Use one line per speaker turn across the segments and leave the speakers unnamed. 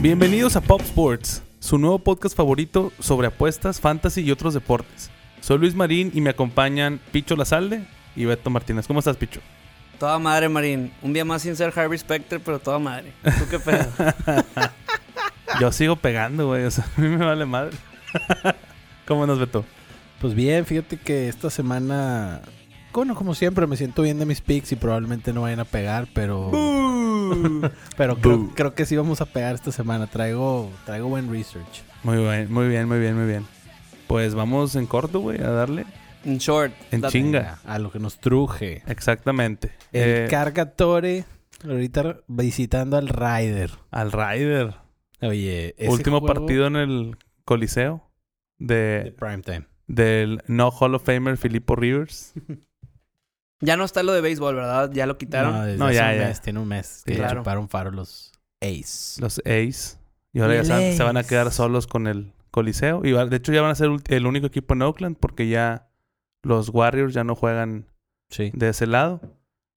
Bienvenidos a Pop Sports, su nuevo podcast favorito sobre apuestas, fantasy y otros deportes. Soy Luis Marín y me acompañan Picho Lazalde y Beto Martínez. ¿Cómo estás, Picho?
Toda madre, Marín. Un día más sin ser Harvey Specter, pero toda madre. ¿Tú qué pedo?
Ah.
Yo sigo pegando, güey. O sea, a mí me vale madre. ¿Cómo nos, Beto?
Pues bien, fíjate que esta semana, bueno, como siempre, me siento bien de mis picks y probablemente no vayan a pegar, pero. Uh. pero creo,
Boo.
creo que sí vamos a pegar esta semana. Traigo, traigo buen research. eh,
Muy bien, muy bien, muy bien, muy bien. Pues vamos en corto, güey, a darle.
En short.
En
date.
chinga.
A lo que nos truje.
Exactamente.
El
Eh,
Carga Tore, ahorita visitando al Rider.
al Rider.
Oye, ese
Último
juego
partido en el Coliseo
de
de,
primetime.
del no Hall of Famer Filippo Rivers.
Ya no está lo de béisbol, ¿verdad? Ya lo quitaron.
desde
No,
hace
ya,
un
ya.
mes, tiene un mes.
Sí,
que
claro.
chuparon faro los Ace.
los Ace. Y ahora ya
El
se van, se van a
Ace.
quedar solos con el Coliseo. Y va- de hecho ya van a ser ul- el único equipo en Oakland porque ya los Warriors ya no juegan
Sí,
de ese lado.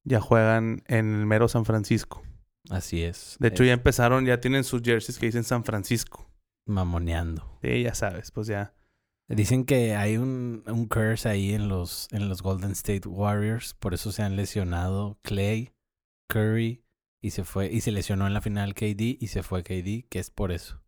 Ya juegan en el mero San Francisco.
así es. Eh,
De hecho
Es
ya empezaron, ya tienen sus jerseys que dicen San Francisco.
Mamoneando.
Sí, ya sabes, pues ya.
Dicen que hay un, un curse ahí en los, en los Golden State Warriors, por eso se han lesionado Clay, Curry, y se fue, y se lesionó en la final KD y se fue KD, que es por eso.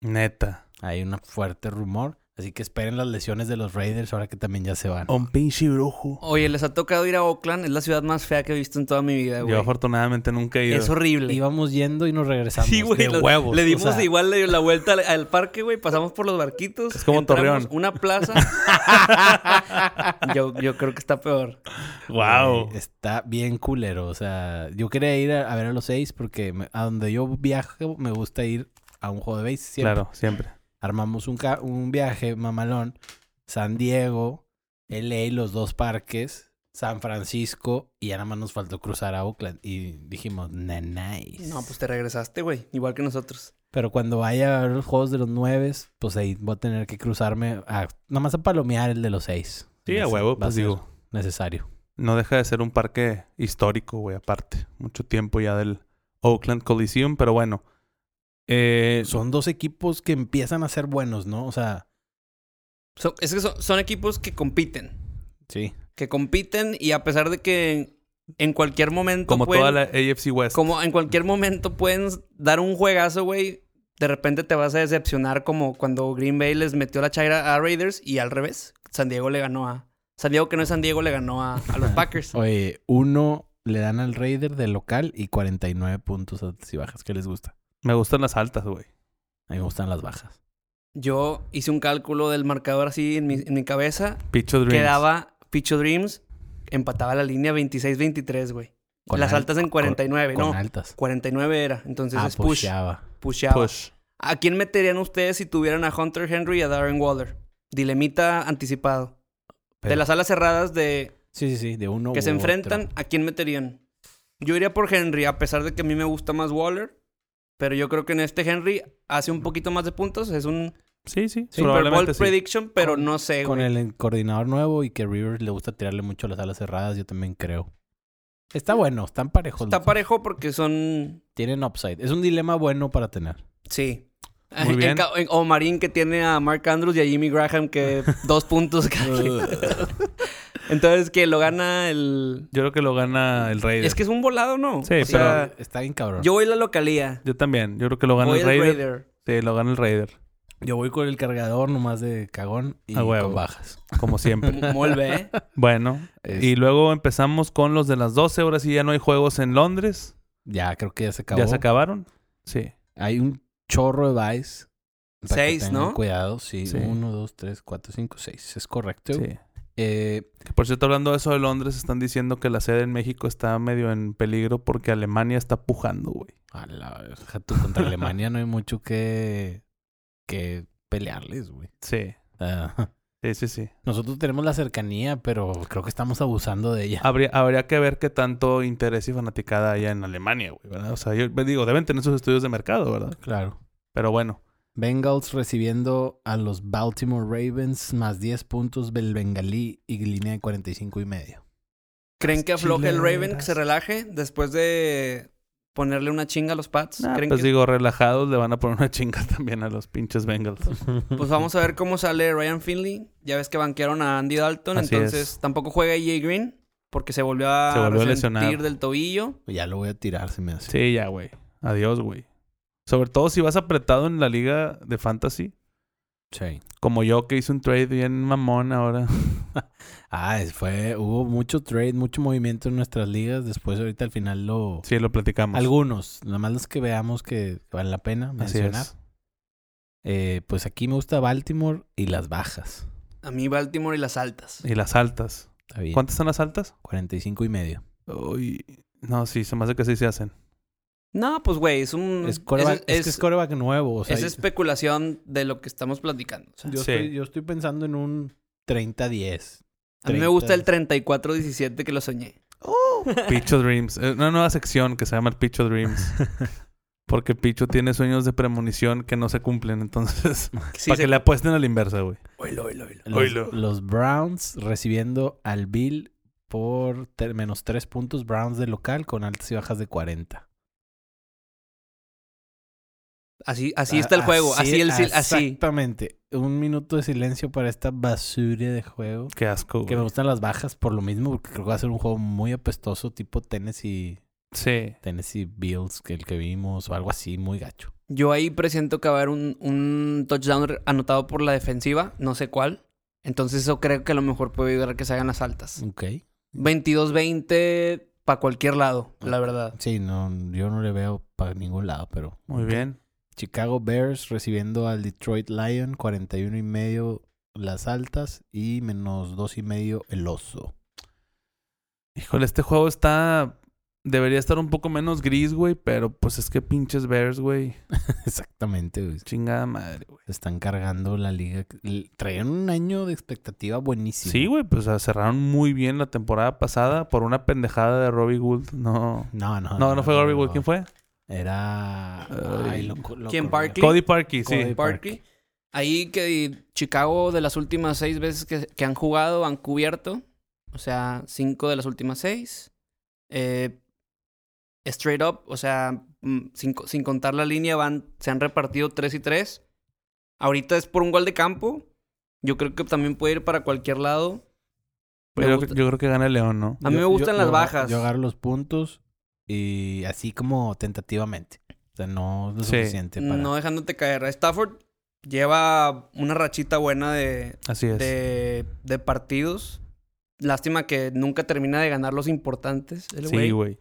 Neta.
Hay un fuerte rumor, así que esperen las lesiones de los Raiders ahora que también ya se van.
Un pinche brujo.
Oye, les ha tocado ir a Oakland. Es la ciudad más fea que he visto en toda mi vida,
Yo
güey.
afortunadamente nunca he ido.
Es horrible.
Íbamos yendo y nos regresamos
Sí, güey.
de
lo-
huevos.
Le
o
dimos
sea,
igual le- la vuelta al, al parque, güey. Pasamos por los barquitos.
Es como
entramos
Torreón.
Una plaza. yo, yo creo que está peor.
Wow.
güey, Está bien culero, o sea, yo quería ir a, a ver a los seis porque me- a donde yo viajo me gusta ir a un juego de base siempre.
Claro, siempre.
armamos un, ca- un viaje mamalón, San Diego, LA, los dos parques, San Francisco, y ya nada más nos faltó cruzar a Oakland. Y dijimos, nah, nice.
No, pues te regresaste, güey. Igual que nosotros.
Pero cuando vaya a ver los juegos de los nueves, pues ahí voy a tener que cruzarme a, nada más a palomear el de los seis.
Sí, a
Nece- va
huevo, pues
ser
digo.
Necesario.
No deja de ser un parque histórico, güey, aparte. Mucho tiempo ya del Oakland Coliseum, pero bueno. Eh,
Son dos equipos que empiezan a ser buenos, ¿no? O sea,
So- es que son- son equipos que compiten.
sí.
que compiten y a pesar de que en, en cualquier momento
como
pueden-
toda la AFC West.
como en cualquier momento pueden dar un juegazo, güey, de repente te vas a decepcionar como cuando Green Bay les metió la chaira a Raiders y al revés, San Diego le ganó a San Diego que no es San Diego le ganó a, a los Packers.
Oye, uno le dan al Raider del local y 49 puntos altas y bajas. ¿Qué les gusta?
Me gustan las altas, güey.
A mí me gustan las bajas.
Yo hice un cálculo del marcador así en mi, en mi cabeza,
Picho Dreams.
quedaba Picho Dreams empataba la línea 26-23, güey.
Con
Las
al-
altas en 49,
con
no.
altas.
49 era, entonces
Ah,
es push,
pusheaba.
pusheaba.
Push.
¿A quién meterían ustedes si tuvieran a Hunter Henry y a Darren Waller? Dilemita anticipado.
Pero-
De las alas cerradas de
Sí, sí, sí, de uno
que se
u otro.
enfrentan, ¿a quién meterían? Yo iría por Henry, a pesar de que a mí me gusta más Waller. Pero yo creo que en este Henry hace un poquito más de puntos. Es un
Sí, sí.
Sí,
Super Bowl
probablemente sí.
prediction, pero no sé,
Con
eh, güey.
el coordinador nuevo y que Rivers le gusta tirarle mucho las alas cerradas, yo también creo. Está bueno, están parejos. los
Está
dos.
parejo porque son...
Tienen upside. Es un dilema bueno para tener.
Sí.
Muy
En
bien.
ca- en- o Marín que tiene a Mark Andrews y a Jimmy Graham que dos puntos cada- Entonces que lo gana el...
Yo creo que lo gana el Raider.
Es que es un volado, ¿no?
Sí,
O
pero-
sea,
Está bien cabrón.
ah. Yo voy a la localía.
Yo también. Yo creo que lo gana
voy
el
al
Raider.
Raider.
Sí, lo gana el Raider.
Yo voy con el cargador nomás de cagón y
A huevo.
con bajas.
Como siempre.
M- ¿eh? Muy bien.
bueno.
Es-
Y luego empezamos con los de las 12. Ahora sí ya no hay juegos en Londres.
Ya, creo que ya se acabó.
Ya se acabaron. Sí.
Hay un chorro de buys. Para que
Seis,
tengan
¿no?
Cuidado, sí.
Sí.
Uno, dos, tres, cuatro, cinco, seis. Es correcto.
sí.
Eh,
Que, Por cierto, hablando de eso de Londres, están diciendo que la sede en México está medio en peligro porque Alemania está pujando, güey.
A la verga, tú contra Alemania no hay mucho que, que pelearles, güey.
Sí.
Ah,
Sí, sí, sí.
nosotros tenemos la cercanía, pero creo que estamos abusando de ella.
Habría, habría que ver qué tanto interés y fanaticada hay en Alemania, güey, ¿verdad? O sea, yo digo, deben tener sus estudios de mercado, ¿verdad?
Claro.
Pero bueno,
Bengals recibiendo a los Baltimore Ravens más 10 puntos del Bengalí y línea de 45 y medio.
¿Creen que afloje el Raven, que
Chileras.
se relaje después de ponerle una chinga a los Pats.
Nah,
¿Creen
pues
que-
digo, relajados le van a poner una chinga también a los pinches Bengals.
Pues vamos a ver cómo sale Ryan Finley. Ya ves que banquearon a Andy Dalton,
Así
entonces
es.
tampoco juega AJ Green porque se volvió a
Se volvió a
resentir
lesionar.
del tobillo.
Ya lo voy a tirar, se me hace.
Sí, ya, güey. Adiós, güey. Sobre todo si vas apretado en la liga de fantasy.
Sí.
Como yo que hice un trade bien mamón ahora.
Ah, es- fue, hubo mucho trade, mucho movimiento en nuestras ligas. Después ahorita al final lo...
Sí, lo platicamos.
Algunos, nada más los que veamos que valen la pena
Así
mencionar.
es.
Eh, pues aquí me gusta Baltimore y las bajas.
A mí Baltimore y las altas.
Y las altas.
Está bien.
¿Cuántas son las altas?
45 y medio.
Uy, no, sí, se me hace que sí se hacen.
No, pues güey, es un
Es, coreback, es,
es-
que es coreback nuevo. o sea,
es especulación de lo que estamos platicando. O sea,
yo,
Sí.
estoy, yo estoy pensando en un 30-10.
a mí me
30.
gusta el 34-17 que lo soñé.
Oh, Picho Dreams. Eh, Una nueva sección que se llama el Picho Dreams. Porque Picho tiene sueños de premonición que no se cumplen. Entonces,
Sí,
para
se-
que le apuesten a la inversa, güey.
Oilo, oilo, oilo.
Oilo.
Los, los Browns recibiendo al Bill por ter- menos 3 puntos. Browns de local con altas y bajas de 40.
Así, así está el juego. Ah, Así, el sil- así.
Exactamente. Un minuto de silencio para esta basura de juego.
Qué asco,
Que
güey.
me gustan las bajas por lo mismo, porque creo que va a ser un juego muy apestoso, tipo Tennessee,
Sí.
Tennessee Bills, que el que vimos, o algo así, muy gacho.
Yo ahí presiento que va a haber un, un touchdown re- anotado por la defensiva, no sé cuál. Entonces eso creo que a lo mejor puede ayudar a que se hagan las altas.
Ok.
Mm. 22-20 para cualquier lado, la verdad.
Sí, no, yo no le veo para ningún lado, pero.
Muy bien.
Chicago Bears recibiendo al Detroit Lion, 41 y medio las altas y menos dos y medio el oso.
Híjole, este juego está. Debería estar un poco menos gris, güey. Pero pues es que pinches Bears, güey.
Exactamente, güey.
Chingada madre, güey.
Se están cargando la liga. L- Traían un año de expectativa buenísimo.
Sí, güey, pues ah, cerraron muy bien la temporada pasada por una pendejada de Robbie Gould. No.
No, no.
No, no, fue Robbie Gould.
no.
¿Quién fue?
Era.
Ay.
Ay, lo co- lo
¿Quién,
corrí.
Barkley?
Cody Parkey,
Cody
sí.
Barkley. Ahí que Chicago de las últimas seis veces que, que han jugado han cubierto. O sea, cinco de las últimas seis. Eh, straight up, o sea, mm, sin, co- sin contar la línea, van, se han repartido tres y tres. Ahorita es por un gol de campo. Yo creo que también puede ir para cualquier lado. Me
Pero yo,
gusta-
yo creo que gana el León, ¿no?
A mí me gustan las
yo-
bajas.
Yo agarro los puntos y así como tentativamente. O sea, no es lo
Sí.
suficiente para.
No dejándote caer. Stafford lleva una rachita buena de,
Así es.
de, de partidos. Lástima que nunca termina de ganar los importantes el güey.
Sí, güey.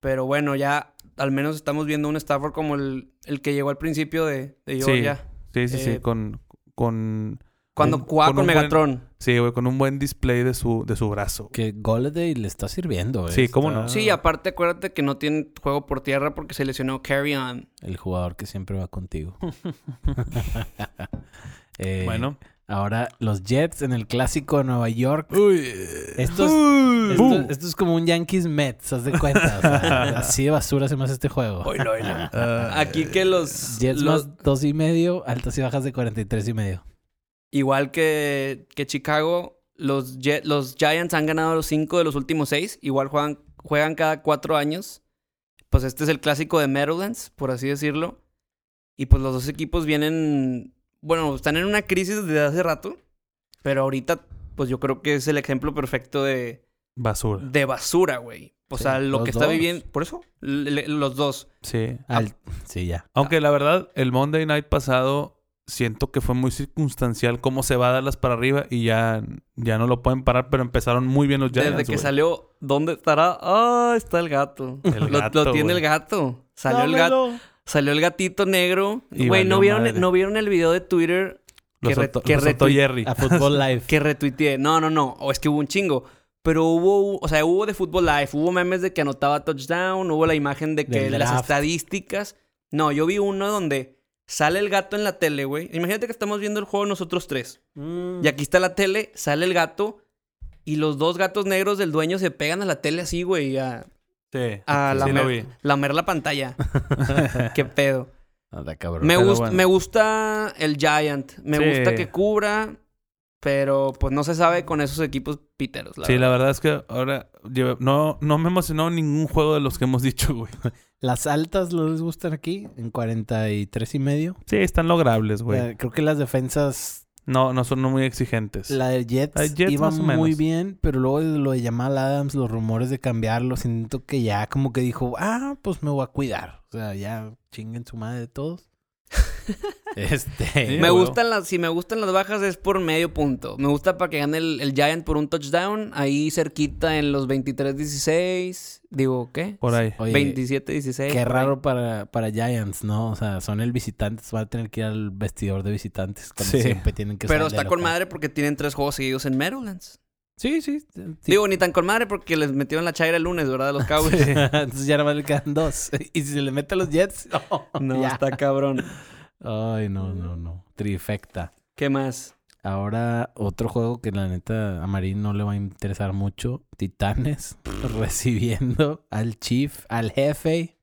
Pero bueno, ya al menos estamos viendo un Stafford como el, el que llegó al principio de, de
Sí.
Georgia.
Sí, sí, sí.
Eh,
Con. con
Cuando
Un-
jugaba
con
con,
un buen-
Megatron.
sí, güey, con un buen display de su, de su brazo. güey.
Que Golladay le está sirviendo. eh.
Sí, cómo no.
Está
Sí, aparte acuérdate que no tiene juego por tierra porque se lesionó Carry On.
El jugador que siempre va contigo. Eh,
Bueno.
Ahora los Jets en el clásico de Nueva York.
Uy.
Esto es- Esto, esto es como un Yankees Mets, haz de cuenta. o sea, así de basura se me hace este juego.
Ah,
Ah, Aquí que los...
Jets
los-
más dos y medio, altas y bajas de 43 y medio.
Igual que, que Chicago, los, Jet- los Giants han ganado los cinco de los últimos seis. Igual juegan, juegan cada cuatro años. Pues este es el clásico de Meadowlands, por así decirlo. Y pues los dos equipos vienen, bueno, están en una crisis desde hace rato. Pero ahorita, pues yo creo que es el ejemplo perfecto de,
Basura.
de basura, güey. O
Sí,
sea, lo
los
que está
dos.
viviendo... Por eso, le- le- los dos.
Sí.
Ah,
Al- sí, ya.
Aunque la verdad, el Monday Night pasado siento que fue muy circunstancial cómo se va a darlas para arriba y ya, ya no lo pueden parar, pero empezaron muy bien los Giants.
Desde que
güey.
salió, ¿dónde estará? Ah, está el gato.
El
Lo-
gato,
lo, tiene
güey.
el gato. Salió el gato. Salió el gatito negro.
Y
Güey,
valió
¿no vieron,
madre.
¿no vieron el video de Twitter
Lo
que, re-
soltó-
que
lo soltó
retuit-
Jerry.
A Football Live.
que retuiteé? No, no, no. O es que hubo un chingo. Pero hubo, o sea, hubo de Fútbol Live, hubo memes de que anotaba touchdown, hubo la imagen de que
Del
las
draft.
estadísticas. No, yo vi uno donde sale el gato en la tele, güey. Imagínate que estamos viendo el juego nosotros tres.
Mm.
Y aquí está la tele, sale el gato y los dos gatos negros del dueño se pegan a la tele así, güey, a,
Sí.
a
Sí,
lamer,
lo vi.
lamer la pantalla. Qué pedo.
Anda, cabrón.
Me,
Pero
gust-
bueno.
me gusta el Giant. Me
Sí.
gusta que cubra. Pero pues no se sabe con esos equipos píteros, la
sí,
verdad.
la verdad es que ahora llevo- no, no me emocionó ningún juego de los que hemos dicho, güey.
Las altas no les gustan aquí, en 43 y medio.
Sí, están logrables, güey.
Eh, creo que las defensas,
No, no son muy exigentes.
la de Jets,
La de Jets
iba
más o
muy
menos.
bien, pero luego de lo de Jamal Adams, los rumores de cambiarlo, siento que ya como que dijo, ah, pues me voy a cuidar. O sea, ya chinguen su madre de todos. este.
Sí,
me
güey.
gustan las, si me gustan las bajas es por medio punto. Me gusta para que gane el, el Giant por un touchdown. Ahí cerquita en los 23-16. Digo, ¿qué?
Por ahí.
Oye,
27-16.
Qué
por ahí.
raro para, para Giants, ¿no? O sea, son el visitante, van a tener que ir al vestidor de visitantes cuando
Sí.
siempre tienen que
Pero
estar de
está con
local.
madre porque tienen tres juegos seguidos en Meadowlands.
Sí, sí. sí.
Digo, ni tan con madre porque les metieron la chaira el lunes, ¿verdad? Los Cowboys.
Entonces ya nomás le quedan dos. Y si se le mete a los Jets, oh,
No,
ya.
está cabrón.
Ay, no, no, no. Trifecta.
¿Qué más?
Ahora, otro juego que la neta a Marín no le va a interesar mucho. Titanes recibiendo al Chief, al jefe.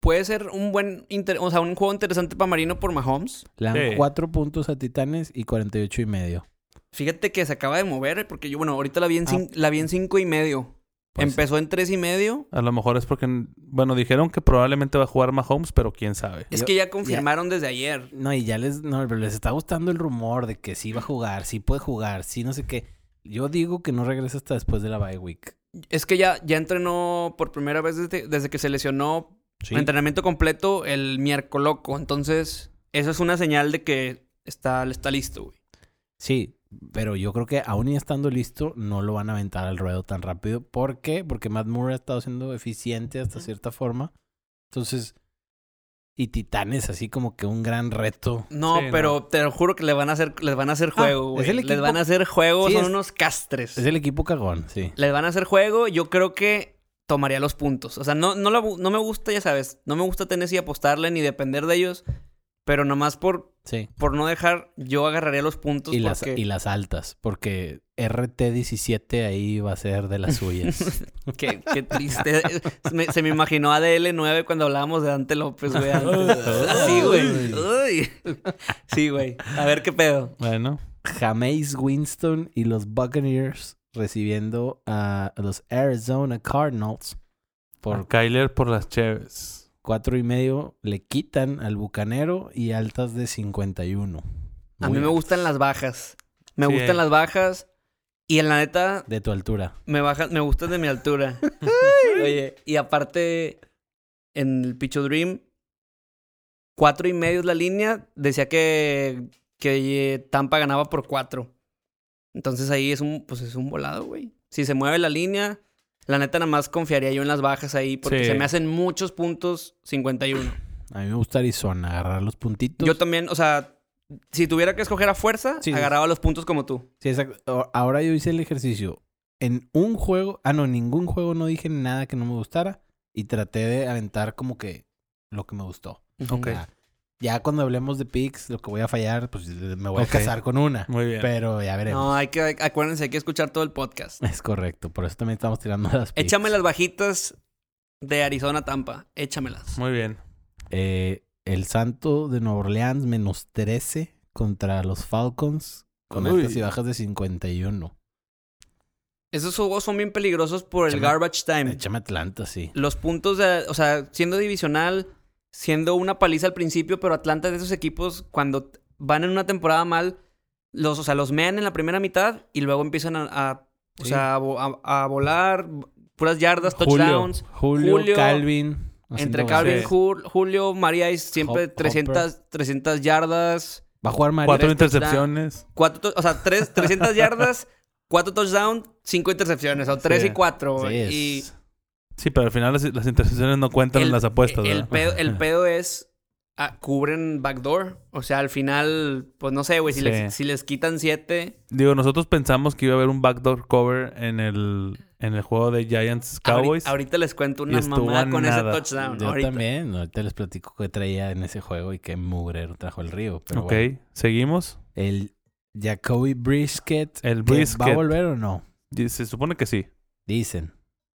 Puede ser un buen, inter- o sea, un juego interesante para Marino por Mahomes.
Le dan
Sí.
cuatro puntos a Titanes y 48 y medio.
Fíjate que se acaba de mover, eh, porque yo, bueno, ahorita la vi en,
Ah.
cin- la vi en cinco y medio.
Pues,
Empezó en tres y medio.
A lo mejor es porque, bueno, dijeron que probablemente va a jugar Mahomes, pero quién sabe.
Es
Yo-
que ya confirmaron desde ayer.
No, y ya les, no, pero les está gustando el rumor de que sí va a jugar, sí puede jugar, sí no sé qué. Yo digo que no regresa hasta después de la bye week.
Es que ya, ya entrenó por primera vez desde, desde que se lesionó
Sí.
el entrenamiento completo el miércoles. loco. Entonces, eso es una señal de que está, está listo, güey.
Sí, pero yo creo que aún y estando listo, no lo van a aventar al ruedo tan rápido. ¿Por qué? Porque Matt Moore ha estado siendo eficiente hasta cierta forma. Entonces, y Titanes, así como que un gran reto.
No,
Sí,
pero te lo juro que le van a hacer, les van a hacer juego,
Ah, es
güey.
el
Les
equipo-
van a hacer juego,
Sí,
son
es-
unos castres.
Es el equipo cagón, sí.
Les van a hacer juego, yo creo que tomaría los puntos. O sea, no, no, la bu- no me gusta, ya sabes, no me gusta Tennessee apostarle ni depender de ellos, pero nomás por,
Sí.
por no dejar, yo agarraría los puntos
Y las,
porque...
y las altas, porque RT17 ahí va a ser de las suyas.
Qué, qué triste. Me- se me imaginó a DL9 cuando hablábamos de Dante López, güey. antes. Así, güey. Uy. Sí, güey. A ver qué pedo.
Bueno,
Jameis Winston y los Buccaneers recibiendo a los Arizona Cardinals por
por Kyler por las Cheves.
cuatro y medio le quitan al bucanero y altas de 51.
A
Muy
mí me
altas.
gustan las bajas. Me
Sí.
gustan las bajas. Y en la neta,
De tu altura.
Me bajan, me gustan de mi altura. Oye, y aparte, en el Picho Dream, cuatro y medio es la línea. Decía que, que eh, Tampa ganaba por cuatro. Entonces ahí es un, pues es un volado, güey. Si se mueve la línea, la neta nada más confiaría yo en las bajas ahí porque
Sí.
se me hacen muchos puntos 51.
A mí me gusta Arizona, agarrar los puntitos.
Yo también, o sea, si tuviera que escoger a fuerza,
Sí, sí, sí.
agarraba los puntos como tú.
Sí, exacto. O- Ahora yo hice el ejercicio. En un juego, ah, no, en ningún juego no dije nada que no me gustara y traté de aventar como que lo que me gustó.
Ok.
Ya, ya cuando hablemos de picks, lo que voy a fallar, pues me voy
Ok.
a casar con una.
Muy bien.
Pero ya veremos.
No, hay que, acuérdense, hay que escuchar todo el podcast.
Es correcto, por eso también estamos tirando las picks.
Échame las bajitas de Arizona Tampa. Échamelas.
Muy bien.
Eh, el Santo de Nueva Orleans menos 13 contra los Falcons con
Uy.
altas y bajas de 51.
Esos juegos son bien peligrosos por el
Échame-
garbage time.
Échame Atlanta, sí.
Los puntos de, o sea, siendo divisional, siendo una paliza al principio, pero Atlanta es de esos equipos cuando t- van en una temporada mal, los, o sea, los mean en la primera mitad y luego empiezan a, a- o
Sí.
sea, a, vo- a- a volar puras yardas,
Julio,
touchdowns.
Julio,
Julio,
Calvin.
Entre
haciendo
Calvin,
Sí.
Jul- Julio, María y siempre
Hop-
300, 300 yardas.
bases. Va a jugar Mario.
Cuatro
Tres
intercepciones.
Cuatro, to- o sea, tres, 300 yardas, cuatro touchdowns, cinco intercepciones, o tres
Sí.
y cuatro.
Sí, es-
y
Sí, pero al final las, las intercepciones no cuentan en las apuestas,
el
¿verdad?
pedo, el pedo es, ah, cubren backdoor. O sea, al final, pues no sé, güey, si,
Sí.
les, si les quitan siete,
Digo, nosotros pensamos que iba a haber un backdoor cover en el, en el juego de Giants
ahori-
Cowboys.
ahorita les cuento
Y
una
estuvo
mamada
a
con
nada.
ese touchdown.
Yo
ahorita.
también. Ahorita les platico qué traía en ese juego y qué mugrero trajo el río. Pero
ok,
bueno.
seguimos.
El Jacoby Brisket.
El
que ¿Va a
brisket.
volver o no?
Y Se supone que sí.
Dicen.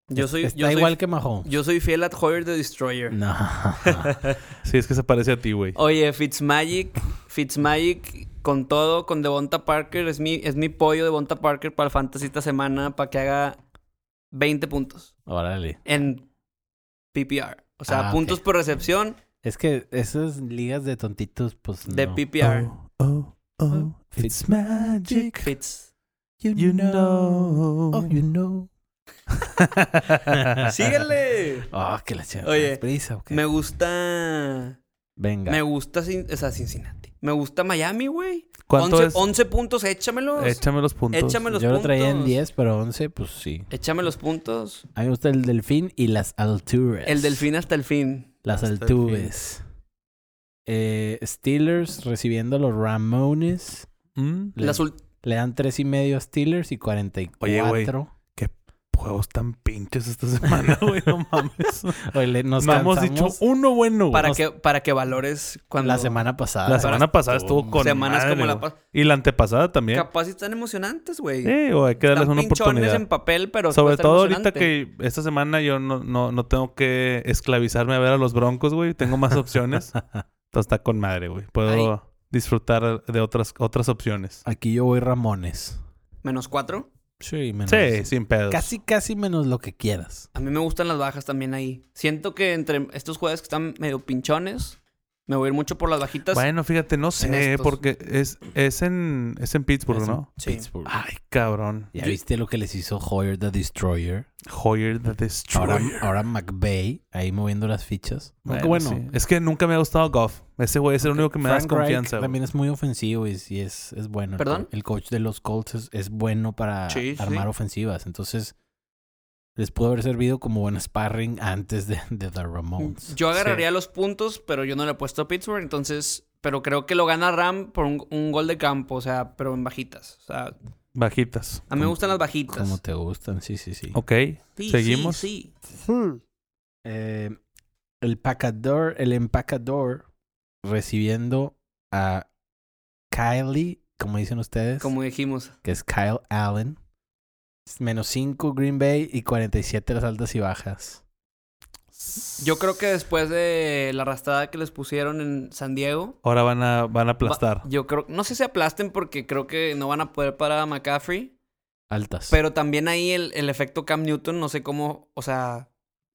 Yo soy,
Está
yo, soy,
igual que Mahomes.
yo soy fiel a
Mm.
Hoyer the Destroyer.
No.
Sí, es que se parece a ti, güey.
Oye, Fitzmagic, Fitzmagic con todo, con Devonta Parker. Es mi, es mi pollo Devonta Parker para el Fantasy esta semana para que haga 20 puntos
Órale.
en PPR. O sea,
Ah,
puntos
ok.
por recepción
Es que esas ligas de tontitos, pues
de
no.
PPR.
Oh, oh, oh, it's magic,
Fitz.
you Oh, know.
Oh.
know.
¡Síguele!
Ah, que la chingada.
Oye,
¿Es prisa o qué?
Me gusta.
Venga.
Me gusta Cin- o sea, Cincinnati. Me gusta Miami, güey.
¿Cuánto
11,
es?
11 puntos, échamelos.
Échame los puntos.
Échame los
Yo lo
puntos.
traía en 10, pero 11, pues sí.
Échame los puntos.
A mí me gusta el delfín y las alturas.
El delfín hasta el fin.
Las
Hasta el
alturas. Eh, Steelers recibiendo a los Ramones.
Mm,
Le,
Las ul-
le dan tres y medio a Steelers y 44.
Oye, güey. Juegos tan pinches esta semana, güey. No mames.
Oye, le- nos
no hemos dicho
cansamos
uno bueno, güey.
para, que, para que valores cuando.
la semana pasada.
La semana pasada estuvo con
Semanas
madre,
como la
güey.
pas-
Y la antepasada también.
Capaz y están emocionantes, güey.
Eh, o hay que darles
Están
una
pinchones
oportunidad.
en papel, pero.
Sobre
puede estar
todo ahorita
emocionante.
que esta semana yo no, no, no tengo que esclavizarme a ver a los broncos, güey. Tengo más opciones. Entonces está con madre, güey. Puedo disfrutar de otras, otras opciones.
Aquí yo voy Ramones.
Menos cuatro.
Sí, menos.
Sí, sin pedos.
Casi, casi menos lo que quieras.
A mí me gustan las bajas también ahí. Siento que entre estos jueves que están medio pinchones, me voy a ir mucho por las bajitas.
Bueno, fíjate, no sé,
estos.
porque es, es en es en Pittsburgh,
Es en
¿no?
Sí.
Pittsburgh.
Ay, cabrón.
¿Ya viste lo que les hizo Hoyer the Destroyer?
Hoyer the Destroyer.
Ahora, ahora McVay, ahí moviendo las fichas. Aunque
bueno,
bueno,
sí. es que nunca me ha gustado Goff. Ese güey es el único que me da
Frank Reich
confianza. güey.
también es muy ofensivo y, sí es, es bueno. El
¿Perdón?
co- El coach de los Colts es, es bueno para
Sí, sí.
armar ofensivas. Entonces, les pudo haber servido como buen sparring antes de, de The Ramones.
Yo agarraría los puntos, pero yo no le he puesto a Pittsburgh, entonces. Pero creo que lo gana Ram por un, un gol de campo, o sea, pero en bajitas. O sea,
Bajitas.
a mí me
Como-
gustan las bajitas.
Como te gustan, sí, sí, sí.
Ok.
Sí,
seguimos.
Sí, sí.
Eh, el pacador, el empacador recibiendo a Kylie, como dicen ustedes,
Como dijimos.
que es Kyle Allen. Es Menos 5 Green Bay y 47 las altas y bajas.
Yo creo que después de la arrastrada que les pusieron en San Diego,
Ahora van a, van a aplastar.
va- yo creo, no sé si aplasten porque creo que no van a poder parar a McCaffrey,
Altas.
pero también ahí el, el efecto Cam Newton, no sé cómo, o sea,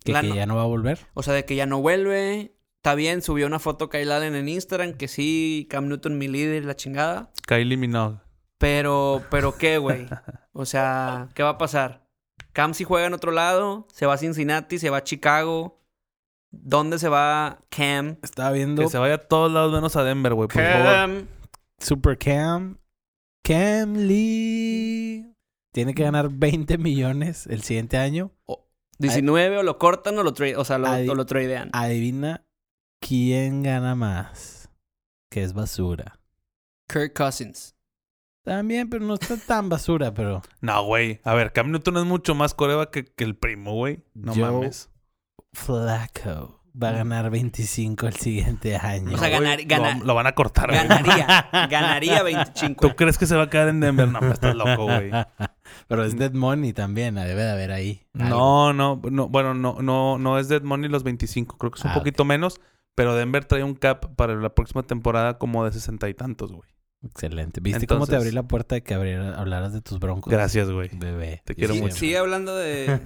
que,
la
que
no-
ya no va a volver.
o sea, de que ya no vuelve. Está bien, subió una foto Kyle Allen en Instagram, que sí, Cam Newton mi líder, la chingada.
Kylie Minogue.
Pero, pero qué, güey. O sea, ¿qué va a pasar? Cam si juega en otro lado, se va a Cincinnati, se va a Chicago. ¿Dónde se va Cam?
Estaba viendo
Que se vaya a todos lados menos a Denver, güey, por favor.
Cam.
Super Cam. Cam Lee. Tiene que ganar 20 millones el siguiente año.
19 o lo cortan o lo, tra- o sea, lo,
Ay.
o lo tradean.
Adivina quién gana más. Que es basura.
Kirk Cousins.
También, pero no está tan basura, pero
No, güey. A ver, Cam Newton es mucho más coreba que, que el primo, güey. No
Yo-
mames.
Flaco va a ganar 25 el siguiente año.
O sea,
No,
ganar-
güey,
ganar-
Lo, lo van a cortar, güey.
Ganaría. ganaría 25.
¿Tú crees que se va a quedar en Denver? No, pues, estás loco, güey. Mm.
pero es Dead Money también, la debe de haber ahí. Algo.
No, no, no, bueno, no, no, no es Dead Money los 25, creo que es un
Ah,
poquito menos, pero Denver trae un cap para la próxima temporada como de sesenta y tantos, güey.
Excelente. ¿Viste cómo te
Entonces-
abrí la puerta de que abriera- hablaras de tus broncos?
Gracias, güey.
Bebé.
Te quiero
Sí,
mucho.
Sigue hablando de...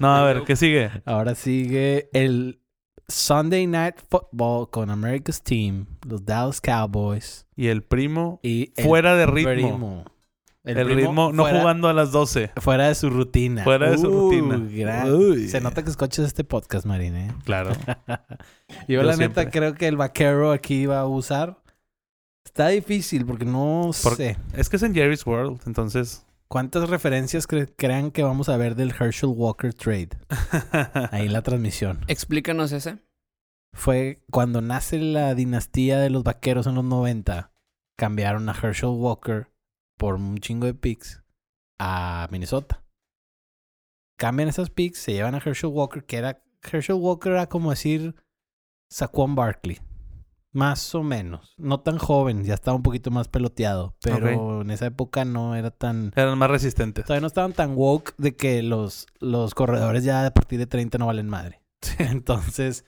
No, a ver, ¿qué sigue?
Ahora sigue el Sunday Night Football con America's Team, los Dallas Cowboys
Y el primo
y el
fuera de ritmo.
primo.
El, ritmo no
fuera-
jugando a las 12.
Fuera de su rutina. Uh,
Fuera de su rutina.
gran-
Uy.
Se nota que escuchas este podcast, Marín, ¿eh?
Claro.
Yo,
Yo
la
siempre.
neta creo que el vaquero aquí va a usar. Está difícil porque no
Por-
sé.
Es que es en Jerry's World, entonces.
¿Cuántas referencias cre- crean que vamos a ver del Herschel Walker trade? Ahí la transmisión.
Explícanos ese.
Fue cuando nace la dinastía de los vaqueros en los 90. Cambiaron a Herschel Walker por un chingo de picks a Minnesota. Cambian esas picks, se llevan a Herschel Walker, que era. Herschel Walker era como decir Saquon Barkley. Más o menos. No tan joven, ya estaba un poquito más peloteado. Pero en esa época no era tan.
Eran más resistentes.
Todavía no estaban tan woke de que los, los corredores ya a partir de 30 no valen madre. Entonces,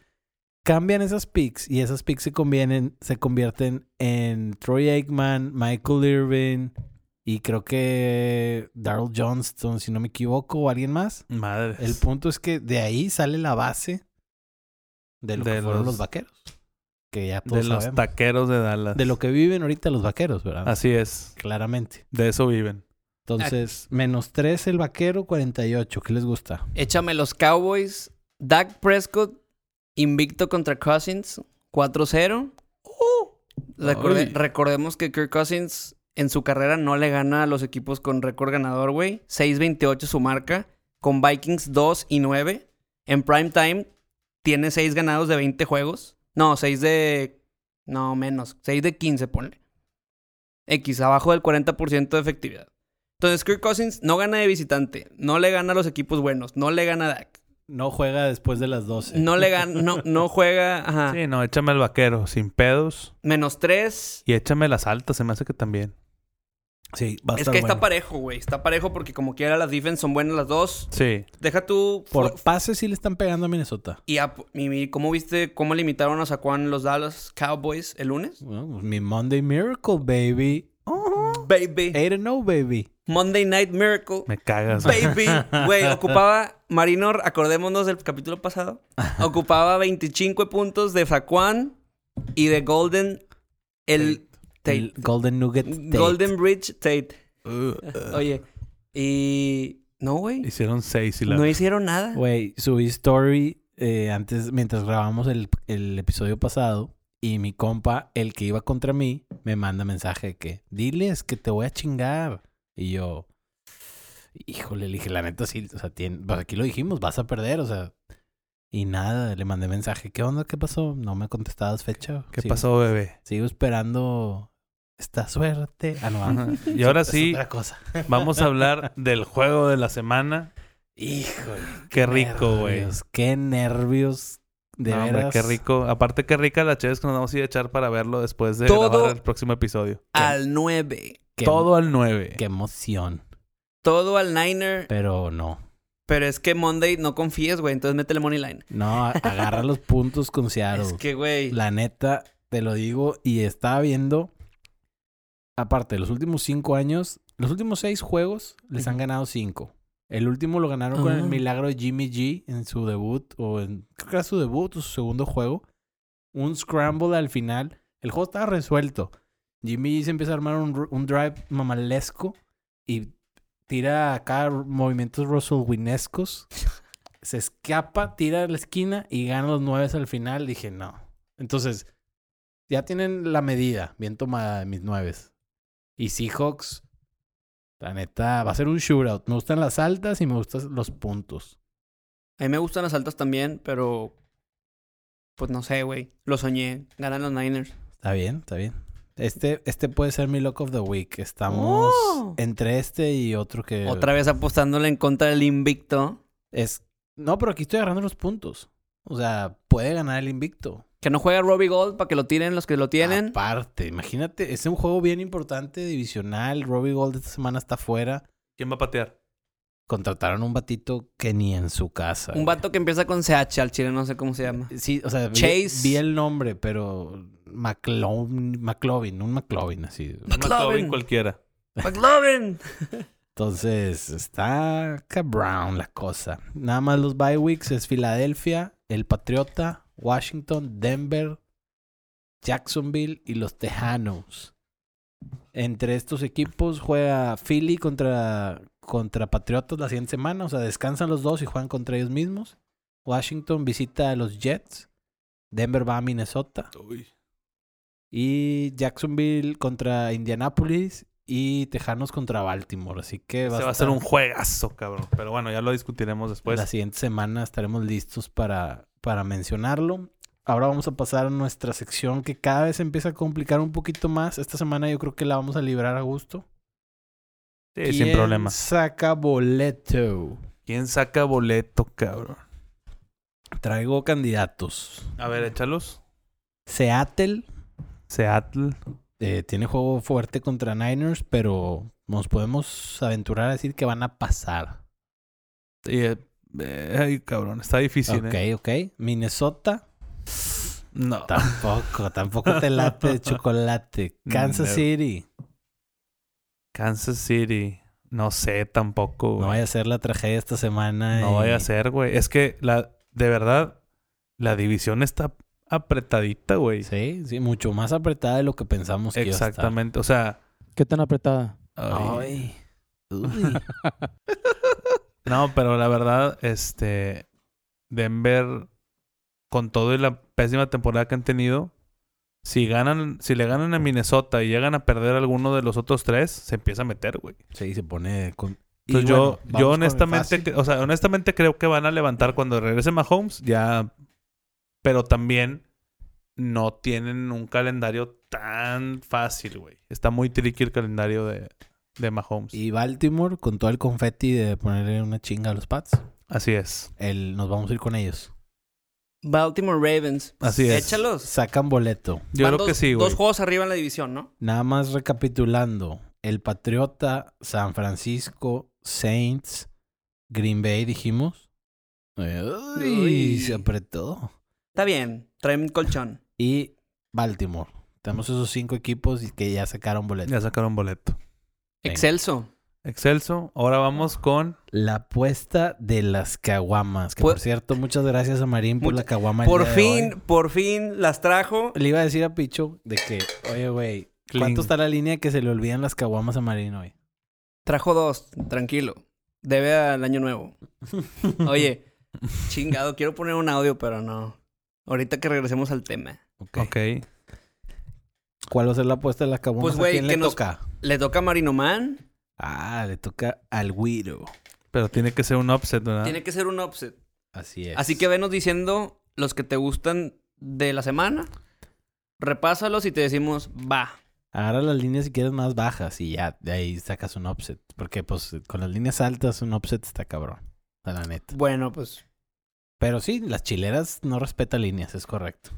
cambian esas picks y esas picks se, convienen, se convierten en Troy Aikman, Michael Irvin y creo que Darrell Johnston, si no me equivoco, o alguien más.
Madre.
El punto es que de ahí sale la base de lo
De
que fueron
los-
los vaqueros. Que ya
de
todos
los
sabemos.
taqueros de Dallas.
De lo que viven ahorita los vaqueros, ¿verdad?
Así es.
Claramente.
De eso viven.
Entonces, menos 3 el vaquero, 48. ¿Qué les gusta?
Échame los Cowboys. Dak Prescott, invicto contra Cousins, 4-0. Recorde-
Ay.
recordemos que Kirk Cousins en su carrera no le gana a los equipos con récord ganador, güey. 6-28 su marca. Con Vikings 2 y 9. En prime time tiene 6 ganados de 20 juegos. No, 6 de... No, menos. 6 de 15, ponle. X, abajo del 40% de efectividad. Entonces Kirk Cousins no gana de visitante. No le gana a los equipos buenos. No le gana a Dak.
No juega después de las 12.
No le gana... No, no juega...
Ah.
Ajá.
Sí, no, échame al vaquero, sin pedos.
Menos 3.
Y échame las altas, se me hace que también.
Sí, va a
Es
estar
que está
bueno.
parejo, güey. Está parejo porque como quiera las defense son buenas las dos.
Sí.
Deja tú...
Por
fu-
pases sí le están pegando a Minnesota.
Y, a- y- y cómo viste cómo limitaron a Saquon los Dallas Cowboys el lunes?
Bueno, pues, mi Monday Miracle, baby. Mm.
Baby.
8-0, baby.
Monday Night Miracle.
Me cagas. güey.
Baby. Güey, ocupaba... Marino, acordémonos del capítulo pasado. Ocupaba 25 puntos de Saquon y de Golden... El...
El Golden Nugget. Tate. Ah.
Golden Bridge Tate. Oye. Y... No, güey.
Hicieron seis y la...
No hicieron nada.
Güey, subí story eh, antes, mientras grabamos el, el episodio pasado. Y mi compa, el que iba contra mí, me manda mensaje de que, diles que te voy a chingar. Y yo, híjole, le dije, la neta sí, o sea, tien- pues, aquí lo dijimos, vas a perder, o sea. Y nada, le mandé mensaje, ¿qué onda? ¿Qué pasó? No me contestabas fecha.
¿Qué
Sigo-
pasó, bebé?
Sigo esperando esta suerte. Ah, no,
Ajá. Y ahora
es
sí,
otra cosa.
vamos a hablar del juego de la semana.
Híjole.
Qué rico, güey.
nervios, Qué nervios. De
No, hombre,
veras.
qué rico. Aparte, qué rica la chévere que nos vamos a ir a echar para verlo después de
Todo-
grabar el próximo episodio.
Al 9.
Qué- em,
Todo al 9.
Qué emoción.
Todo al Niner.
Pero no.
Pero es que Monday no confíes, güey. Entonces métele money line.
No, a- agarra los puntos con Seattle.
Es que, güey.
La neta, te lo digo. Y estaba viendo. Aparte, los últimos cinco años, los últimos seis juegos les han
Ujú.
ganado cinco. El último lo ganaron con el
Ah.
milagro de Jimmy G en su debut, o en, creo que era su debut o su segundo juego. Un scramble al final. El juego estaba resuelto. Jimmy G se empieza a armar un, ru- un drive mamalesco y tira acá movimientos Russell Winescos. Se escapa, tira a la esquina y gana los nueve al final. Dije, no. Entonces, ya tienen la medida bien tomada de mis nueves. Y Seahawks, la neta, va a ser un shootout. Me gustan las altas y me gustan los puntos.
A mí me gustan las altas también, pero. Pues no sé, güey. Lo soñé. Ganan los Niners.
Está bien, está bien. Este, este puede ser mi lock of the week. Estamos
Oh.
entre este y otro que...
Otra vez apostándole en contra del invicto.
Es... No, pero aquí estoy agarrando los puntos. O sea, puede ganar el invicto.
Que no juega Robbie Gold para que lo tiren los que lo tienen.
Ah, Aparte, imagínate, es un juego bien importante, divisional. Robbie Gold esta semana está fuera.
¿Quién va a patear?
Contrataron un batito que ni en su casa.
Un
güey.
vato que empieza con CH al chile, no sé cómo se llama.
Sí, o sea, vi-
Chase.
Vi, el nombre, pero McLovin, McLovin, un McLovin así.
Un McLovin cualquiera.
¡McLaren!
Entonces, está cabrón la cosa. Nada más los bye weeks es Filadelfia, el Patriota, Washington, Denver, Jacksonville y los Tejanos. Entre estos equipos juega Philly contra, contra Patriotas la siguiente semana. O sea, descansan los dos y juegan contra ellos mismos. Washington visita a los Jets. Denver va a Minnesota. Y Jacksonville contra Indianapolis. Y Tejanos contra Baltimore. Así que
Se va a
estar-
hacer un juegazo, cabrón. Pero bueno, ya lo discutiremos después.
la siguiente semana estaremos listos para, para mencionarlo. Ahora vamos a pasar a nuestra sección que cada vez se empieza a complicar un poquito más. Esta semana yo creo que la vamos a librar a gusto.
Sí, Eh, sin
¿Quién
problema.
Saca boleto.
¿Quién saca boleto, cabrón?
Traigo candidatos.
A ver, échalos.
Seattle
Seattle.
eh, tiene juego fuerte contra Niners, pero nos podemos aventurar a decir que van a pasar.
Y, eh, eh, ay, cabrón, está difícil,
ok,
¿eh?
ok. Minnesota
No.
Tampoco, tampoco te late de chocolate. Kansas
No.
City.
Kansas City. No sé tampoco.
No
güey.
vaya a ser la tragedia esta semana.
No
y-
vaya a ser, güey. Es que la, de verdad, la división está apretadita, güey.
Sí, sí, mucho más apretada de lo que pensamos que iba a estar.
Exactamente. O sea.
¿Qué tan apretada?
ay,
Ay. Uy.
No, pero la verdad, este. Denver, con todo y la pésima temporada que han tenido, si ganan, si le ganan a Minnesota y llegan a perder alguno de los otros tres, se empieza a meter, güey.
Sí, se pone con... Y
Entonces yo, yo
bueno, vamos con el
honestamente,
fácil.
cre- o sea, honestamente creo que van a levantar cuando regrese Mahomes, ya, pero también no tienen un calendario tan fácil, güey. Está muy tricky el calendario de, de Mahomes.
Y Baltimore con todo el confeti de ponerle una chinga a los Pats.
Así es.
El, nos vamos a ir con ellos.
Baltimore Ravens.
Así es.
Échalos.
Sacan boleto.
Yo
Van
creo
dos-
que sí, güey.
Dos juegos arriba en la división, ¿no?
Nada más recapitulando. El Patriota, San Francisco, Saints, Green Bay, dijimos.
Uy.
Uy, se apretó.
Está bien. Traen un colchón.
Y Baltimore. Tenemos esos cinco equipos y que ya sacaron boleto.
Ya sacaron boleto.
Venga.
Excelso.
Excelso. Ahora vamos con.
La apuesta de las caguamas. Que
Pu-
por cierto, muchas gracias a Marín por
Mucha-
la caguama. el
Por
día de
fin,
eh.
hoy.
por fin las trajo.
Le iba a decir a Picho de que, oye, güey,
Cling.
¿cuánto está la línea que se le olvidan las caguamas a Marín hoy?
Trajo dos, tranquilo. Debe al año nuevo. Oye, chingado, quiero poner un audio, pero no. Ahorita que regresemos al tema.
Ok.
Ok.
¿Cuál va a ser la apuesta de las caguamas?
Pues,
¿A
güey,
quién le
que nos-
toca?
Le toca a Marino Man.
Ah, le toca al Guiro.
Pero tiene que ser un upset, ¿verdad?
Tiene que ser un offset.
Así es.
Así que venos diciendo los que te gustan de la semana. Repásalos y te decimos, va.
Ahora las líneas si quieres más bajas y ya de ahí sacas un offset. Porque pues con las líneas altas un offset está cabrón. A la neta.
Bueno, pues.
Pero sí, las chileras no respeta líneas, es correcto.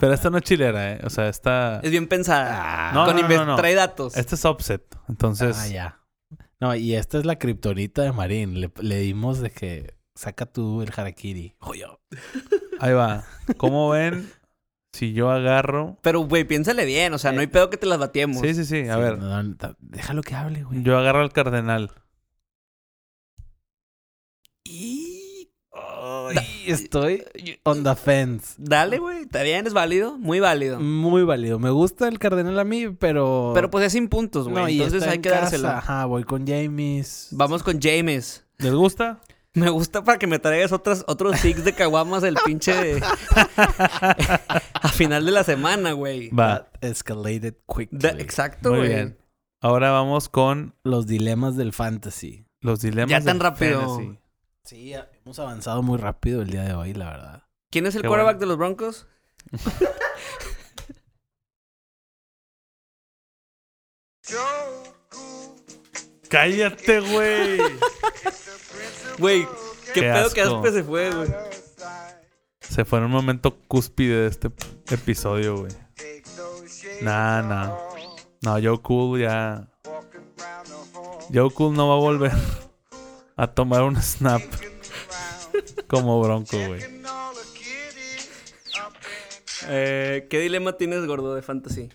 Pero esta no es chilera, ¿eh? O sea, esta.
Es bien pensada.
Ah,
No,
Con
no,
inves-
no, no.
Trae datos.
Esta es upset. Entonces.
ah, ya. No, y esta es la kriptonita de Marín. Le, le dimos de que saca tú el harakiri.
Ahí va. ¿Cómo ven si yo agarro?
Pero, güey, piénsale bien. O sea, no hay pedo que te las batiemos.
Eh, Sí, sí, sí. A
Sí,
ver.
no, no, ta- déjalo que hable, güey.
Yo agarro al cardenal.
Y...
Ay, estoy eh, on the fence.
Dale, güey. Está bien, es válido. Muy válido.
Muy válido. Me gusta el cardenal a mí, pero...
Pero pues es sin puntos, güey.
No, y
Entonces
está
hay
en
que
casa.
dársela.
Ajá, voy con James.
Vamos con James.
¿Les gusta?
Me gusta para que me traigas otras, otros six de caguamas del pinche de- a final de la semana, güey.
Va.
That escalated quickly.
Da- Exacto,
Muy
güey.
bien. Ahora vamos con
Los dilemas del fantasy.
los dilemas.
Ya tan
del
rápido.
fantasy.
Sí, a- hemos avanzado muy rápido el día de hoy, la verdad.
¿Quién es el
Qué
quarterback
bueno.
de los Broncos?
Cállate, güey.
Güey,
Qué
qué, pedo que
asco.
Aspe se fue, güey.
Se fue en un momento cúspide de este episodio, güey. Nah, nah. No, Joe Cool ya. Joe Cool no va a volver a tomar un snap como bronco, güey.
Eh, ¿Qué dilema tienes, gordo, de fantasy?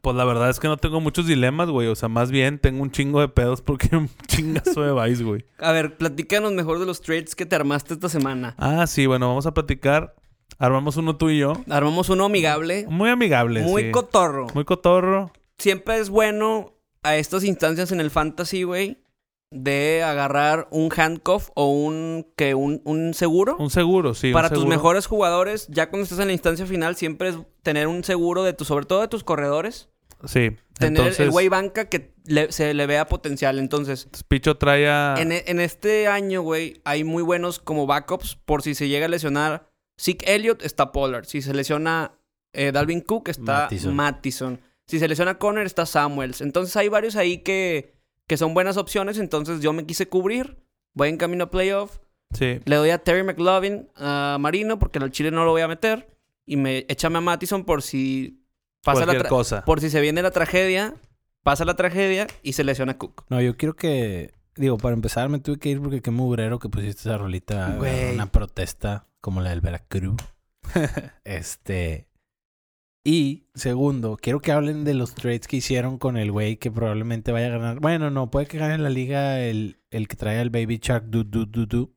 Pues la verdad es que no tengo muchos dilemas, güey. O sea, más bien tengo un chingo de pedos porque un chingazo de Vice, güey.
A ver, platícanos mejor de los trades que te armaste esta semana.
Ah, sí, bueno, vamos a platicar. Armamos uno tú y yo.
Armamos uno amigable,
Muy amigable.
muy
sí.
cotorro.
Muy cotorro.
siempre es bueno a estas instancias en el fantasy, güey, de agarrar un handcuff o un que un, un seguro
Un seguro, sí. un
para tus
seguro.
mejores jugadores. Ya cuando estás en la instancia final, siempre es tener un seguro de tu, sobre todo de tus corredores,
Sí.
tener el
Entonces,
güey banca que le- se le vea potencial. Entonces,
Picho trae a.
en, e- en este año, güey, hay muy buenos como backups por si se llega a lesionar. Zeke Elliott está Pollard. Si se lesiona eh, Dalvin Cook, está Mattison.
Mattison.
Si se lesiona Conner, está Samuels. Entonces hay varios ahí que, que son buenas opciones. Entonces yo me quise cubrir. Voy en camino a playoff.
Sí.
Le doy a Terry McLovin a Marino porque al Chile no lo voy a meter. Y me échame a Mattison por si pasa la
Cualquier
tra-
cosa.
por si se viene la tragedia. Pasa la tragedia y se lesiona Cook.
No, yo quiero que... Digo, para empezar me tuve que ir porque qué mugrero que pusiste esa rolita.
Güey.
Una protesta como la del Veracruz. Este. Y segundo, quiero que hablen de los trades que hicieron con el güey que probablemente vaya a ganar. Bueno, no, puede que gane la liga el, el que trae al Baby Shark du du du du.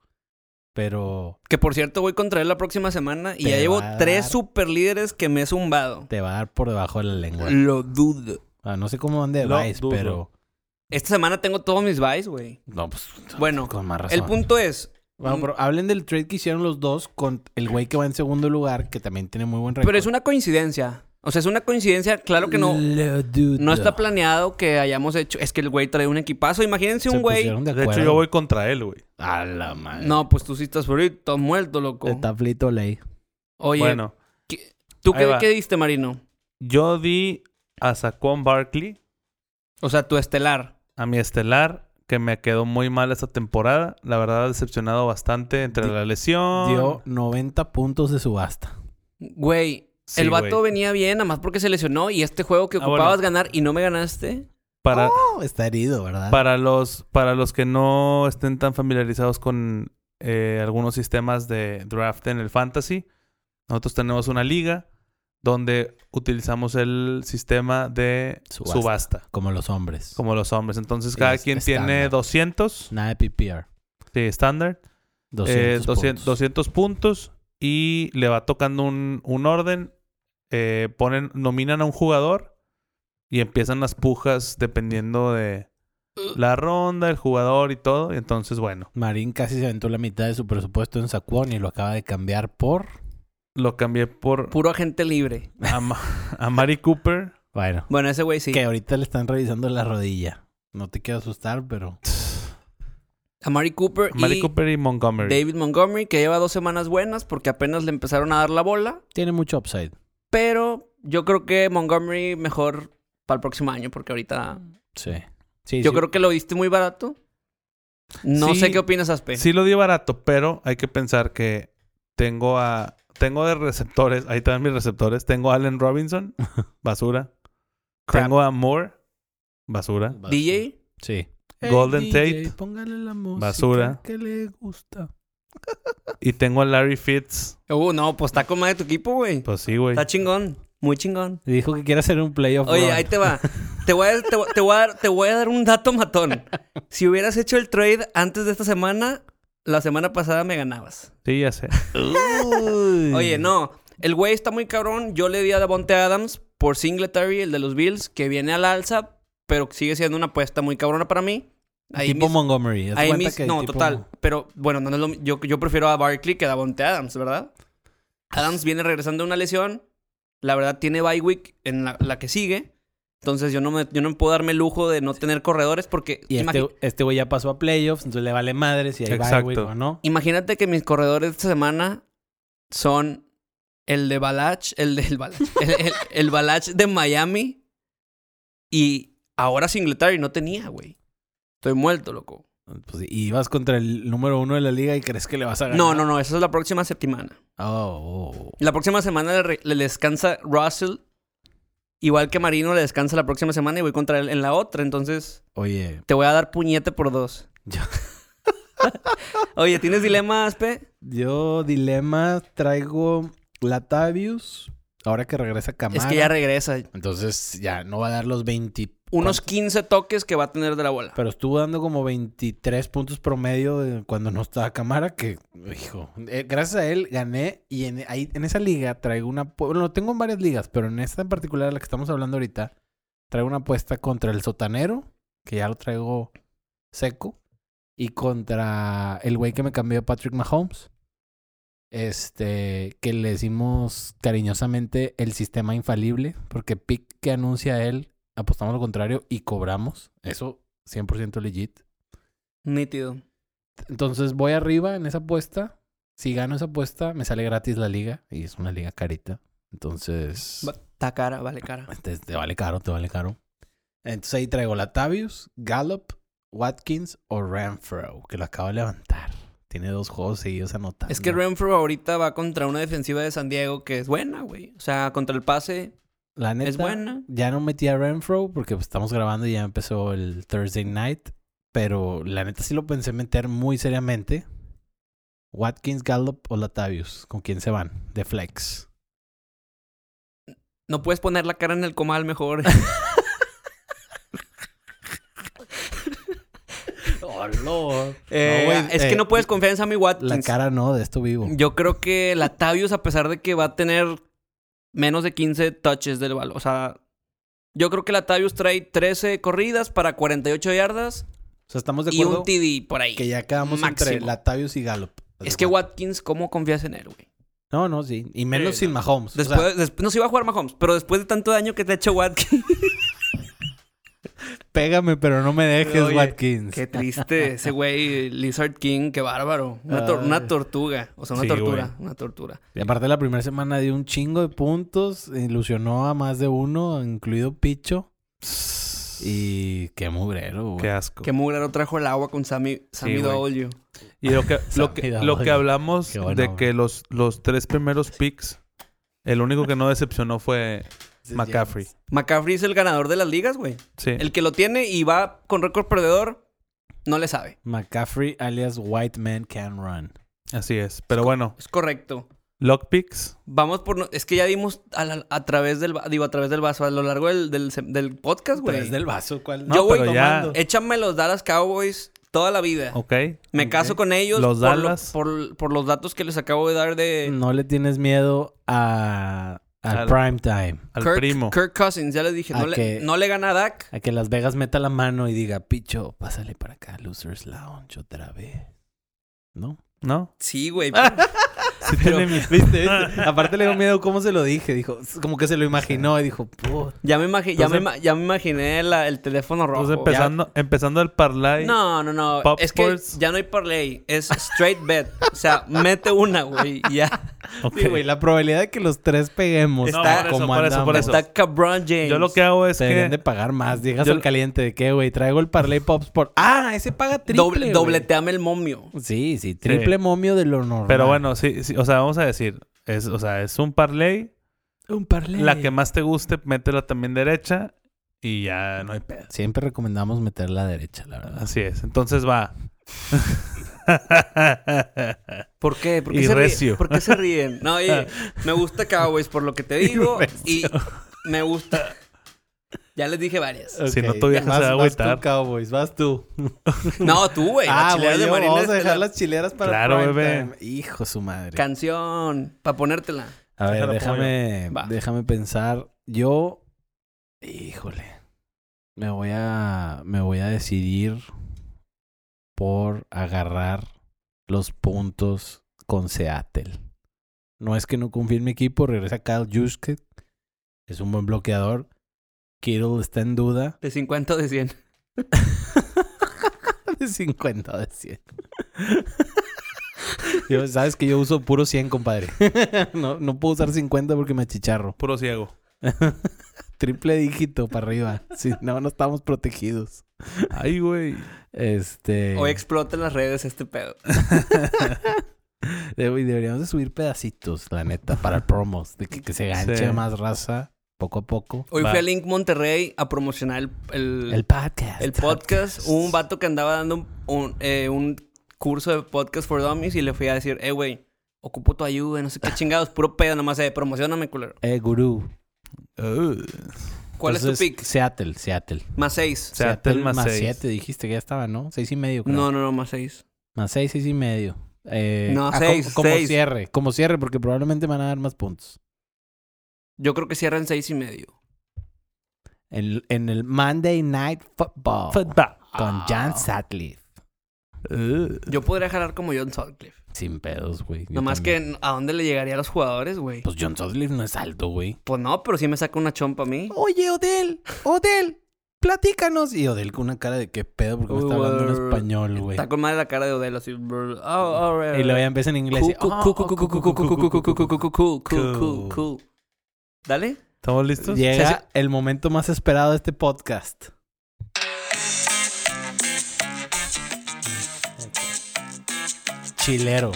Pero
Que por cierto voy contra él la próxima semana y
Te
ya llevo
va a
tres
dar.
super líderes que me he zumbado.
te va a dar por debajo de la lengua.
Lo dudo.
Ah, no sé cómo ande
Lo
Vice,
dudo.
pero.
Esta semana tengo todos mis buys, güey.
No, pues.
Bueno,
con más razón.
El punto es, mm,
Bueno, pero hablen del trade que hicieron los dos con el güey que va en segundo lugar, que también tiene muy buen récord.
pero es una coincidencia. O sea, es una coincidencia, claro que no.
Lo dudo.
No está planeado que hayamos hecho. Es que el güey trae un equipazo. Imagínense
Se
un güey.
pusieron De,
De hecho,
acuerdo.
yo voy contra él, güey.
A la madre.
No, pues tú sí estás frito, muerto, loco.
El tablito ley.
Oye,
Bueno,
¿tú
ahí
qué,
va.
qué diste, Marino?
yo di a Saquon Barkley,
O sea, tu estelar.
a mi estelar, que me quedó muy mal esta temporada. La verdad, ha decepcionado bastante entre
Di-
la lesión.
Dio 90 puntos de subasta.
Güey,
Sí,
el vato
güey.
venía bien, nada más porque se lesionó y este juego que
Ah,
ocupabas
bueno.
ganar y no me ganaste.
Para,
Oh, está herido, ¿verdad?
Para los, para los que no estén tan familiarizados con eh, algunos sistemas de draft en el fantasy, nosotros tenemos una liga donde utilizamos el sistema de
Subasta.
subasta,
Como los hombres.
como los hombres. Entonces
Sí,
cada
es
quien tiene
estándar.
200,
Nada de PPR.
sí, estándar,
200
eh, 200,
puntos.
200 puntos y le va tocando un, un orden, eh, ponen, nominan a un jugador y empiezan las pujas dependiendo de la ronda, el jugador y todo. Y entonces, bueno.
Marín casi se aventó la mitad de su presupuesto en Saquon y lo acaba de cambiar por...
Lo cambié por
Puro agente libre.
a, Ma- a Mari Cooper.
Bueno,
Bueno, ese güey sí.
que ahorita le están revisando la rodilla. No te quiero asustar, pero...
A Mari Cooper
Mari
y
Cooper y Montgomery.
David Montgomery, que lleva dos semanas buenas porque apenas le empezaron a dar la bola.
Tiene mucho upside.
Pero yo creo que Montgomery mejor para el próximo año porque ahorita
Sí. Sí,
Yo
sí.
creo que lo diste muy barato. No
Sí.
sé qué opinas, Aspe.
Sí lo di barato, pero hay que pensar que tengo a tengo de receptores, ahí están mis receptores, tengo a Allen Robinson, basura.
Crap.
Tengo a Moore, basura.
DJ,
Sí.
Hey, Golden DJ, Tate.
Póngale la
Basura.
que le gusta.
Y tengo a Larry Fitz.
uh, no, pues está con más de tu equipo, güey.
Pues sí, güey.
Está chingón, muy chingón.
Dijo que quiere hacer un playoff.
Oye,
run.
ahí te va. Te voy, a, te, voy- te voy a dar, te voy a dar un dato matón. Si hubieras hecho el trade antes de esta semana, la semana pasada me ganabas.
Sí, ya sé.
Uy.
Oye, no. El güey está muy cabrón. Yo le di a Davonte Adams por Singletary, el de los Bills, que viene al alza, pero sigue siendo una apuesta muy cabrona para mí. Ahí
tipo
mis-
Montgomery. haz
Ahí
cuenta
mis-
que
no,
tipo-
total. Pero bueno, no es lo mi- yo, yo prefiero a Barkley que a Davonte Adams, ¿verdad? Adams viene regresando de una lesión. La verdad, tiene bye week en la, la que sigue. Entonces, yo no, me, yo no puedo darme el lujo de no tener corredores porque
Y
imagi-
este, este güey ya pasó a playoffs, entonces le vale madre si ahí va,
Exacto.
güey, o no.
imagínate que mis corredores esta semana son el de Balach, el de el Balach, el, el- el Balach de Miami y ahora Singletary no tenía, güey. Estoy muerto, loco.
Pues, y vas contra el número uno de la liga y crees que le vas a ganar.
No, no, no, esa es la próxima semana.
Oh, oh.
La próxima semana le, re- le descansa Russell. Igual que Marino le descansa la próxima semana y voy contra él en la otra. Entonces,
Oye,
te voy a dar puñete por dos.
Yo-
Oye, ¿tienes dilemas, Aspe?
yo dilema traigo Latavius. Ahora que regresa Camara.
Es que ya regresa.
Entonces ya no va a dar los 20.
Unos 15 toques que va a tener de la bola.
Pero estuvo dando como 23 puntos promedio de- cuando no estaba Camara, que, hijo, eh, gracias a él gané y en, ahí, en esa liga traigo una... apu- Bueno, lo tengo en varias ligas, pero en esta en particular, la que estamos hablando ahorita, traigo una apuesta contra el sotanero, que ya lo traigo seco, y contra el güey que me cambió Patrick Mahomes, este, que le decimos cariñosamente el sistema infalible, porque pick que anuncia él, apostamos lo contrario y cobramos. Eso 100% legit.
Nítido.
Entonces voy arriba en esa apuesta. Si gano esa apuesta, me sale gratis la liga. Y es una liga carita. Entonces,
Va- Está cara, vale cara.
te, te vale caro, te vale caro. Entonces ahí traigo Latavius, Gallup, Watkins o Renfro, que lo acabo de levantar. Tiene dos juegos seguidos anotando.
Es que Renfro ahorita va contra una defensiva de San Diego que es buena, güey. O sea, contra el pase
la neta,
es buena.
Ya no metí a Renfro porque pues, estamos grabando y ya empezó el Thursday night. Pero la neta sí lo pensé meter muy seriamente. Watkins, Gallup o Latavius. ¿Con quién se van? De flex.
No puedes poner la cara en el comal mejor.
Oh, no.
Eh,
güey,
es
eh,
que no puedes confiar en Sammy Watkins.
La cara no, de esto vivo.
Yo creo que Latavius, a pesar de que va a tener menos de 15 touches del balón, o sea, yo creo que Latavius trae 13 corridas para 48 yardas
O sea, estamos de
y
acuerdo
un TD por ahí.
que ya quedamos entre
máximo.
Latavius y Gallup.
Es que Watkins, ¿cómo confías en él, güey?
No, no, sí. Y menos
Sí,
sin
no.
Mahomes. O sea,
Después, después- no se iba a jugar Mahomes, pero después de tanto daño que te ha hecho Watkins.
pégame, pero no me dejes,
Oye,
Watkins.
Qué triste ese güey, Lizard King, qué bárbaro. Una, tor-
Ay.
una tortuga, o sea, una
Sí,
tortura,
güey.
una tortura.
Y aparte, la primera semana dio un chingo de puntos. Ilusionó a más de uno, incluido Picho. Y qué mugrero, güey.
Qué asco.
Qué mugrero trajo el agua con Sammy, Sammy
güey.
Doolio.
Y lo que, lo
Sammy
que,
Daboll.
lo que hablamos
Qué bueno,
de
güey.
que los, los tres primeros picks, el único que no decepcionó fue McCaffrey.
McCaffrey es el ganador de las ligas, güey.
Sí.
El que lo tiene y va con récord perdedor, no le sabe.
McCaffrey alias White Man Can Run.
Así es. Pero bueno,
Es correcto.
lock picks.
Vamos por... no- Es que ya dimos a, la- a través del... va- Digo, a través del vaso, a lo largo del, del, sem- del podcast, güey.
Tres del vaso, ¿cuál?
No,
Yo voy
pero ya-
tomando.
Échame los Dallas Cowboys toda la vida.
Ok.
Me caso
ok.
con ellos
Los
por, lo-
Dallas. Mm.
por, por los datos que les acabo de dar de...
eh, No le tienes miedo a, al
Al-
prime time.
Al
Kirk,
primo.
Kirk Cousins, ya les dije.
¿A
No le,
qué?
no le gana a Dak.
A que Las Vegas meta la mano y diga, Picho, pásale para acá, Losers Lounge otra vez. ¿No?
¿No?
Sí, güey.
Ah. Sí
Pero,
tiene miedo.
¿viste? ¿Viste? Aparte le dio miedo cómo se lo dije. Dijo, como que se lo imaginó y dijo, "Put".
Ya me, imagi- ya me
Entonces-
ima- ya me imaginé la- el teléfono rojo.
Entonces empezando, empezando el parlay.
No, no, no.
Pop
es que
Sports.
ya no hay parlay. Es straight bet. O sea, mete una, güey. y Ya.
Ok.
Sí, güey, la probabilidad de que los tres peguemos.
No,
Está-
por eso,
como
por eso, por
andamos.
eso.
Está cabrón James.
Yo lo que hago es
Se deberían de
que...
pagar más. Llegas
Yo-
al caliente de qué, güey. Traigo el Parley Pop Sport. Ah, ese paga triple.
Doble-
güey.
dobleteame el momio.
Sí, sí, triple momio de lo normal.
Pero bueno, sí, sí, o sea, vamos a decir, es, o sea, es un parlay.
un Parley.
La que más te guste, métela también derecha y ya no hay pedo.
Siempre recomendamos meter la derecha, la verdad.
Así es. Entonces va.
¿Por qué? ¿Por qué,
Y
se ríen?
recio.
¿Por qué se ríen? No, oye, me gusta Cowboys por lo que te digo. y me gusta. Ya les dije varias.
Si no, tu vieja se
Vas-
va a
vas tú,
agüitar.
Cowboys, vas tú.
No, tú, güey. la
ah,
chilena
güey,
de
yo,
Marines,
vamos a dejar
la
las chileras para
Claro,
prime
bebé.
time. Hijo su madre.
Canción. Para ponértela.
a ver,
Déjalo,
déjame,
Va.
déjame pensar. Yo, híjole, me voy a, me voy a decidir por agarrar los puntos con Seattle. No es que no confíe en mi equipo, regresa Kyle Juszczyk, es un buen bloqueador. Kittle está en duda.
De 50 o de 100.
De 50 o de 100. Yo, Sabes que yo uso puro 100, compadre. No, no puedo usar 50 porque me achicharro.
Puro ciego.
Triple dígito para arriba. Si no, no estamos protegidos.
Ay, güey.
Este.
O explota en las redes este pedo.
de- güey, deberíamos de subir pedacitos, la neta, para promos. De que, que se ganche
Sí.
más raza poco a poco.
Hoy
Va.
fui a Link Monterrey a promocionar el- el,
El podcast.
el podcast. Hubo un vato que andaba dando un, un, eh, un curso de podcast for dummies y le fui a decir, eh, güey, ocupo tu ayuda, no sé qué chingados, puro pedo, nomás, eh, promocioname, culero.
Eh, gurú.
Uh,
¿Cuál es tu
Entonces,
pick?
Seattle, Seattle.
Más seis.
Seattle más seis.
7, dijiste que ya estaba, ¿no? 6 y medio, creo.
No, no, no, más seis.
Más seis, seis y medio. Eh,
No,
como-
seis,
Como,
seis.
cierre, como cierre, porque probablemente van a dar más puntos.
Yo creo que cierran seis y medio.
En, en el Monday Night Football.
football.
Con Jan Satliff.
Uh,
Yo podría jalar como John Sutcliffe.
Sin pedos, güey. Yo
Nomás
también.
que a dónde le llegaría a los jugadores, güey.
Pues John Sutcliffe no es alto, güey.
Pues no, pero sí me saca una chompa a mí.
Oye, Odell, Odell, platícanos. Y Odell con una cara de qué pedo, porque me está hablando en español, güey.
Está con madre la cara de Odell así. brr, Oh, all right,
Y
all
luego ya
right.
empieza en inglés.
Cool,
y,
cool,
"Oh,
cool,
oh,
cool, cool, cool, cool, cool, cool, cool, cool, cool, cool, cool, cool, cool. Dale.
¿Estamos listos?
Llega
Se hace-
el momento más esperado de este podcast. Chilero.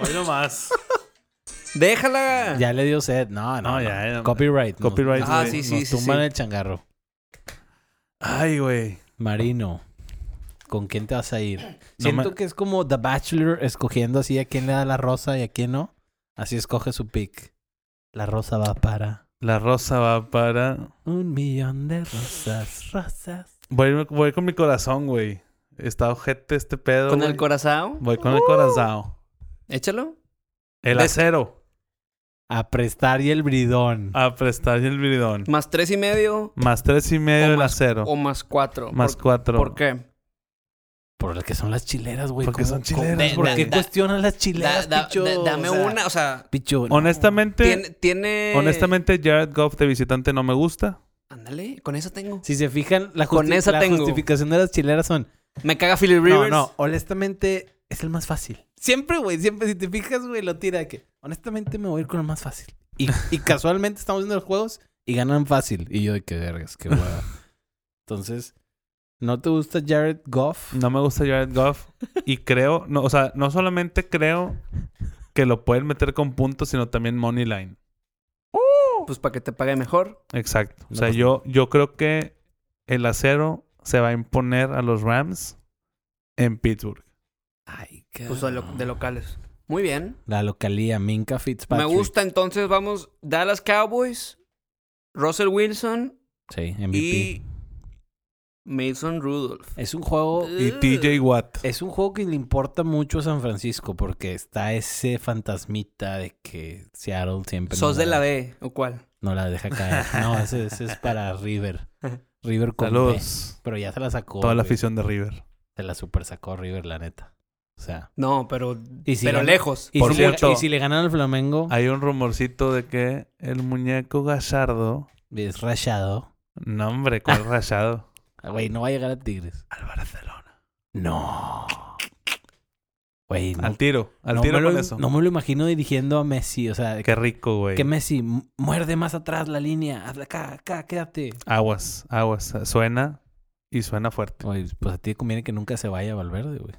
Hoy nomás.
Déjala.
Ya le dio sed. No, no.
Ah. No,
no.
ya, ya.
Copyright. Nos-
Copyright,
Ah,
güey.
sí, sí,
nos
sí. sí.
tumban el changarro.
Ay, güey.
Marino. ¿Con quién te vas a ir?
No
Siento
me-
que es como The Bachelor escogiendo así a quién le da la rosa y a quién no. Así escoge su pick. La rosa va para
La rosa va para.
un millón de rosas, rosas.
Voy, a irme- voy con mi corazón, güey. Está ojete este pedo.
Con
güey.
el corazón.
Voy con el corazón.
Échalo.
El
Des-
acero.
A prestar y el bridón.
Ah.
A prestar y el viridón.
Más tres y medio
Más tres y medio
O
el
más-
acero.
o más cuatro.
Más
¿Por,
cuatro.
¿Por qué?
Por lo que son las chileras, güey.
Porque
¿Cómo-
son
cómo-
chileras,
¿Por
da-
qué
da-
cuestionan las
Da-
chileras,
da-
picho?
da- dame
O sea,
una, o sea.
Picho, no.
Honestamente,
Tiene. tiene...
honestamente, Jared Goff de visitante no me gusta.
Ándale, con esa tengo.
Si se fijan, la,
Con
justi-
esa
la
tengo.
justificación de las chileras son...
Me caga Philip Rivers.
No, no, honestamente es el más fácil. Siempre, güey, siempre, si te fijas, güey, lo tira de que honestamente me voy a ir con el más fácil. Y, y casualmente estamos viendo los juegos y ganan fácil. Y yo de que vergas, qué hueva. Entonces, ¿no te gusta Jared Goff?
No me gusta Jared Goff. Y creo, no, o sea, no solamente creo que lo pueden meter con puntos, sino también money line.
Pues para que te pague mejor.
Exacto. O
No
sea,
pasa
yo, yo creo que el acero se va a imponer a los Rams en Pittsburgh.
Ay, qué...
Pues de, lo- de locales. Muy bien.
La localía, Minka Fitzpatrick.
Me gusta, entonces vamos. Dallas Cowboys, Russell Wilson
Sí, MVP.
y Mason Rudolph.
Es un juego...
Y
Ugh.
TJ Watt.
Es un juego que le importa mucho a San Francisco porque está ese fantasmita de que Seattle siempre...
¿Sos
nos
de
da-
la B o cuál?
No la deja caer. No, ese, ese es para River. River con B.
Saludos.
Pero ya se la sacó.
Toda la
güey.
afición de River.
Se la super sacó River, la neta. O sea.
No, pero,
Y si
pero
gana-
lejos.
Y,
Por
si, le-
cierto. Ah.
y si le ganan al Flamengo,
Hay un rumorcito de que el muñeco Gallardo.
es rayado.
No, hombre, ¿cuál rayado?
Ah, Güey, no va a llegar a Tigres.
Al Barcelona.
No. Güey, no,
Al tiro. Al
no
tiro
me
con
lo,
eso.
no me lo imagino dirigiendo a Messi. O sea,
Qué rico, güey.
que Messi mu- muerde más atrás la línea. Hazla acá, acá, quédate.
Aguas, aguas. Suena y suena fuerte.
Güey, pues a ti te conviene que nunca se vaya Valverde, güey.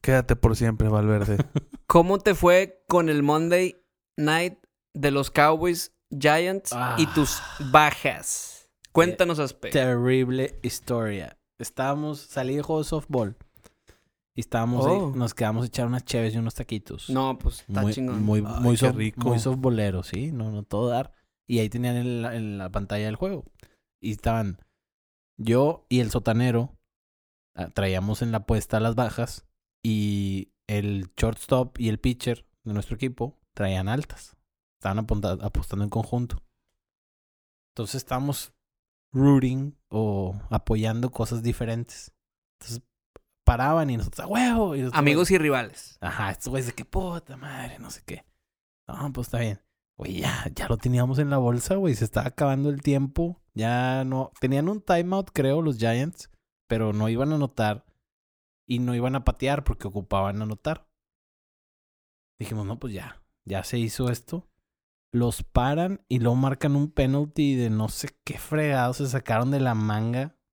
Quédate por siempre, Valverde.
¿Cómo te fue con el Monday Night de los Cowboys, Giants
Ah. Eh,
y tus bajas? Cuéntanos, Aspe.
terrible historia. Estábamos, salí de juego de softball. Y estábamos
Oh.
ahí, nos quedamos a echar unas cheves y unos taquitos.
No, pues está
muy,
chingón.
Muy,
Ay,
muy,
qué
soft-
rico.
muy softbolero, sí, no, no todo dar. Y ahí tenían en la, en la pantalla del juego. Y estaban yo y el sotanero, ah, traíamos en la apuesta las bajas. Y el shortstop y el pitcher de nuestro equipo traían altas. Estaban apunta- apostando en conjunto. Entonces estábamos rooting o apoyando cosas diferentes. Entonces paraban y nosotros, ¡a huevo! Y nosotros,
Amigos y rivales.
Ajá, estos güeyes de que puta madre, no sé qué. No, pues está bien. Güey, ya, ya lo teníamos en la bolsa, güey. Se estaba acabando el tiempo. Ya no. Tenían un timeout, creo, los Giants. Pero no iban a anotar. Y no iban a patear porque ocupaban anotar. Dijimos, no, pues ya. Ya se hizo esto. Los paran y luego marcan un penalty de no sé qué fregado se sacaron de la manga.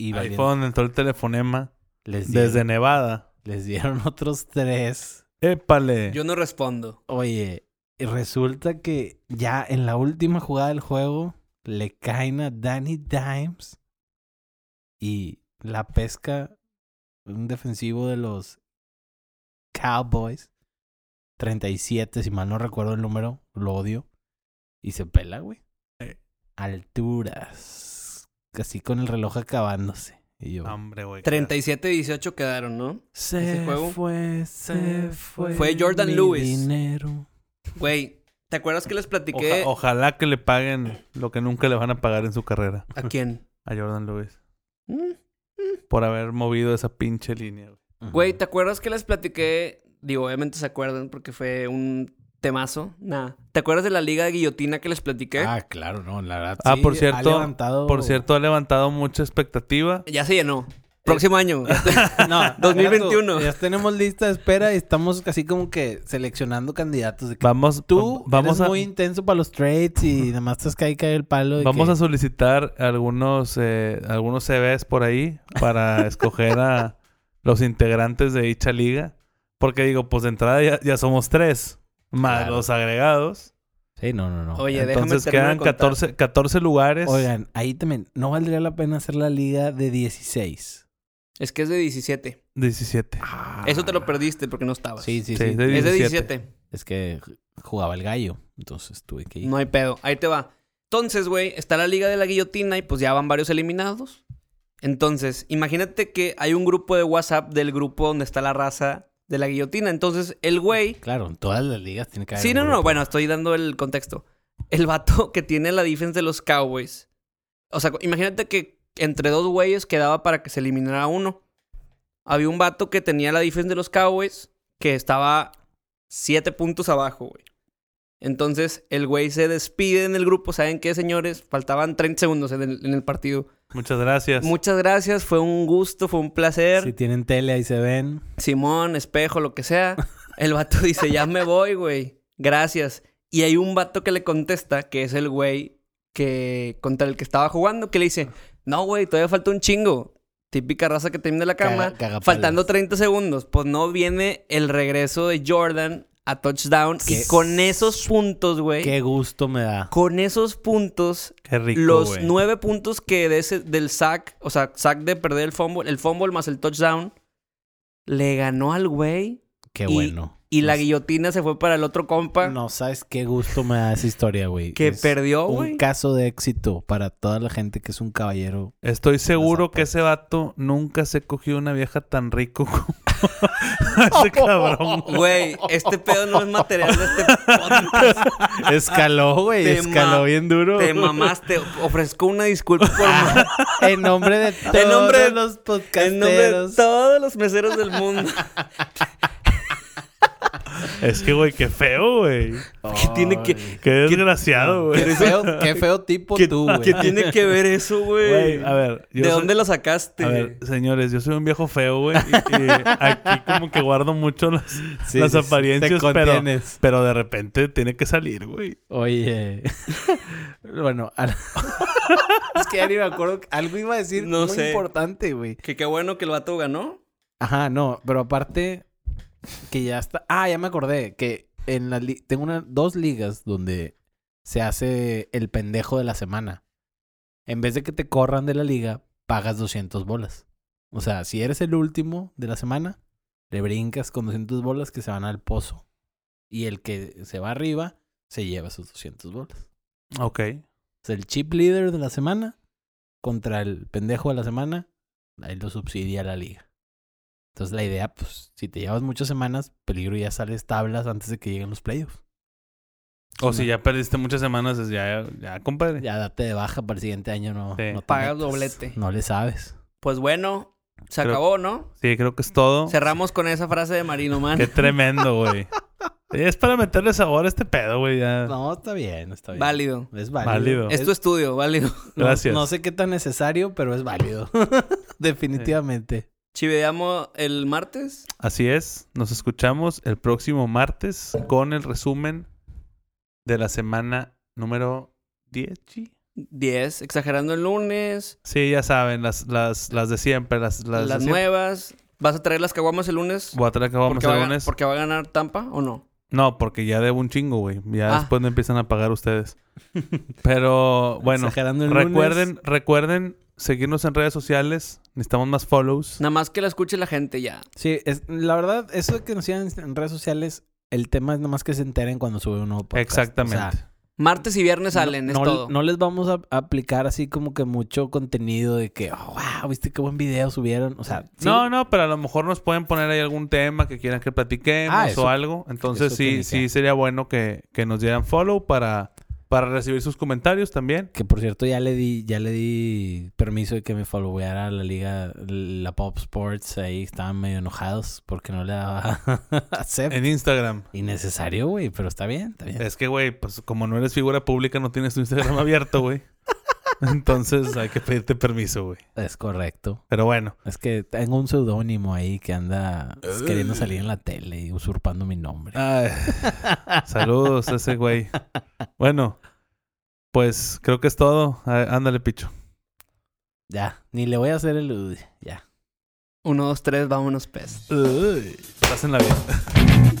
Y
Ahí
valieron-
fue donde entró el telefonema.
les, dieron,
Desde Nevada.
les dieron otros tres. Eh.
Épale.
Yo no respondo.
Oye, y resulta que ya en la última jugada del juego le caen a Danny Dimes y la pesca un defensivo de los Cowboys. 37, si mal no recuerdo el número, lo odio. Y se pela, güey.
Eh.
Alturas. Casi con el reloj acabándose. Y yo.
Hombre, güey.
37-18 quedaron, ¿no?
se
ese juego.
fue, se fue.
Fue Jordan
mi
Lewis.
dinero".
Güey, ¿te acuerdas que les
Oja-
platiqué
ojalá que le paguen lo que nunca le van a pagar en su carrera
a quién?
a Jordan Lewis
Mm.
por haber movido esa pinche línea. güey.
Güey, ¿te acuerdas que les platiqué? Digo, obviamente se acuerdan porque fue un temazo. Nada. ¿Te acuerdas de la liga de guillotina que les platiqué?
Ah, claro, no, la verdad.
Ah,
sí,
por
ha
cierto,
levantado-
Por cierto, ha levantado mucha expectativa.
Ya se llenó. Próximo año. Este,
no,
2021.
Ya tenemos lista de espera y estamos así como que seleccionando candidatos. De que
Vamos,
tú
vamos
eres
a,
muy intenso para los trades y nada más estás cae cae el palo. de
vamos
que-
a solicitar algunos, eh, algunos CVs por ahí para escoger a los integrantes de dicha liga. Porque digo, pues de entrada ya, ya somos tres, más
Claro.
los agregados.
Sí, no, no, no.
Oye, déjame
Entonces
terminar de
quedan
contar.
14, 14 lugares.
Oigan, ahí también, ¿no valdría la pena hacer la liga de 16?
Es que es de 17.
17.
Ah. Eso te lo perdiste porque no estabas.
Ah. Sí, sí,
Sí,
sí.
de-
Es de
17.
17.
Es que jugaba el gallo, entonces tuve que ir.
No hay pedo. Ahí te va. Entonces, güey, está la Liga de la Guillotina y pues ya van varios eliminados. Entonces, imagínate que hay un grupo de WhatsApp del grupo donde está la raza de la guillotina. Entonces, el güey.
Claro, en todas las ligas tiene que haber.
Sí,
un
no, no,
grupo.
bueno, estoy dando el contexto. El vato que tiene la defensa de los Cowboys. O sea, imagínate que entre dos güeyes quedaba para que se eliminara uno. Había un vato que tenía la defensa de los Cowboys que estaba siete puntos abajo, güey. Entonces el güey se despide en el grupo. ¿Saben qué, señores? Faltaban 30 segundos en el, en el partido.
Muchas gracias.
Muchas gracias, fue un gusto, fue un placer.
Si tienen tele, ahí se ven.
Simón, espejo, lo que sea. El vato dice, ya me voy, güey. Gracias. Y hay un vato que le contesta, que es el güey que contra el que estaba jugando, que le dice, no, güey, todavía falta un chingo. Típica raza que termina la cama.
Caga- cagapalos.
faltando 30 segundos. Pues no viene el regreso de Jordan a touchdown.
Qué-
Y con esos puntos, güey.
Qué gusto me da.
Con esos puntos,
Qué rico,
los
güey.
nueve puntos que de ese- del sack, o sea, sack de perder el fumble, el fumble más el touchdown, le ganó al güey
Qué
y-
bueno.
y la
No-
guillotina se fue para el otro compa
No sabes qué gusto me da esa historia, güey.
que
Es
perdió,
Un
güey.
caso de éxito para toda la gente que es un caballero.
Estoy seguro
Exacto.
que ese vato nunca se cogió una vieja tan rico como ese cabrón. güey.
Güey, este pedo no es material de este podcast.
Escaló, güey.
Te
Escaló
ma-
bien duro.
Te mamaste. Ofrezco una disculpa por ma-
Ah,
En nombre de todos
En nombre de-
los
en nombre de
podcasteros.
todos los meseros del mundo.
Es que, güey, qué feo, güey.
¿Qué tiene que,
Qué desgraciado, güey.
Qué feo, qué feo tipo
qué-
tú, güey.
qué tiene que ver eso, güey?
Güey, a ver. yo
¿De
soy-
dónde lo sacaste?
A ver, señores, yo soy un viejo feo, güey. Y, y aquí como que guardo mucho las,
Sí,
las
sí, sí, te
apariencias, pero,
contienes.
pero de repente tiene que salir, güey.
Oye. bueno, a la- es que ya ni me acuerdo. que- Algo iba a decir
No
muy
sé.
importante, güey.
Que qué bueno que el vato ganó.
Ajá, no, pero aparte que ya está. Ah, ya me acordé que en la li- tengo una, dos ligas donde se hace el pendejo de la semana. En vez de que te corran de la liga, pagas 200 bolas. O sea, si eres el último de la semana, le brincas con 200 bolas que se van al pozo. Y el que se va arriba se lleva sus 200 bolas.
Ok.
O sea, el chip leader de la semana contra el pendejo de la semana, ahí lo subsidia la liga. Entonces la idea, pues, si te llevas muchas semanas, peligro ya sales tablas antes de que lleguen los playoffs.
O si ya perdiste muchas semanas, es ya, ya, compadre.
Ya date de baja para el siguiente año, no,
Sí.
no te
Pagas
metas.
doblete.
No le sabes.
Pues bueno, se
Creo-
acabó, ¿no?
Sí, creo que es todo.
Cerramos con esa frase de Marino Man.
Qué tremendo, güey. Es para meterle sabor a este pedo, güey. Ya.
No, está bien, está bien.
Válido.
Es válido.
Válido.
Es tu estudio, válido.
No-
Gracias.
No, sé qué tan necesario, pero es válido. Definitivamente.
Chiveamos el martes.
Así es. Nos escuchamos el próximo martes con el resumen de la semana número 10. ¿sí?
10, exagerando el lunes.
Sí, ya saben, las, las, las de siempre. Las, las,
Las,
de siempre.
nuevas. ¿Vas a traer las caguamas el lunes?
Voy a traer que vamos
porque, va
a
a,
lunes.
gan- porque va a ganar Tampa o no?
No, porque ya debo un chingo, güey. Ya
Ah.
después me empiezan a pagar ustedes. Pero bueno,
Exagerando el lunes.
recuerden, recuerden seguirnos en redes sociales. Necesitamos más follows.
Nada más que la escuche la gente ya.
Sí, es, la verdad, eso de que nos sigan en redes sociales, el tema es nada más que se enteren cuando sube un nuevo podcast.
Exactamente.
O sea,
Martes y viernes salen,
no,
es
no-
todo.
no les vamos a a aplicar así como que mucho contenido de que, oh, wow, viste qué buen video subieron. O sea, sí,
No, no, pero a lo mejor nos pueden poner ahí algún tema que quieran que platiquemos
Ah, eso-
o algo. Entonces
eso
sí,
tiene que-
sí sería bueno que, que nos dieran follow para, para recibir sus comentarios también.
que por cierto ya le di, ya le di permiso de que me followara la liga, la Pop Sports, ahí estaban medio enojados porque no le daba accept.
En Instagram.
Innecesario, güey, pero está bien, está
Eh.
bien.
Es que, güey, pues como no eres figura pública, no tienes tu Instagram abierto, güey. Entonces hay que pedirte permiso, güey.
Es correcto.
Pero bueno,
Es que tengo un seudónimo ahí que anda
Eh.
queriendo salir en la tele y usurpando mi nombre.
Ay, saludos a ese güey. Bueno, pues creo que es todo. Á- Ándale, picho.
Ya, ni le voy a hacer el... Ya.
pues. Uno, dos, tres, vámonos, pez.
Pásenla bien.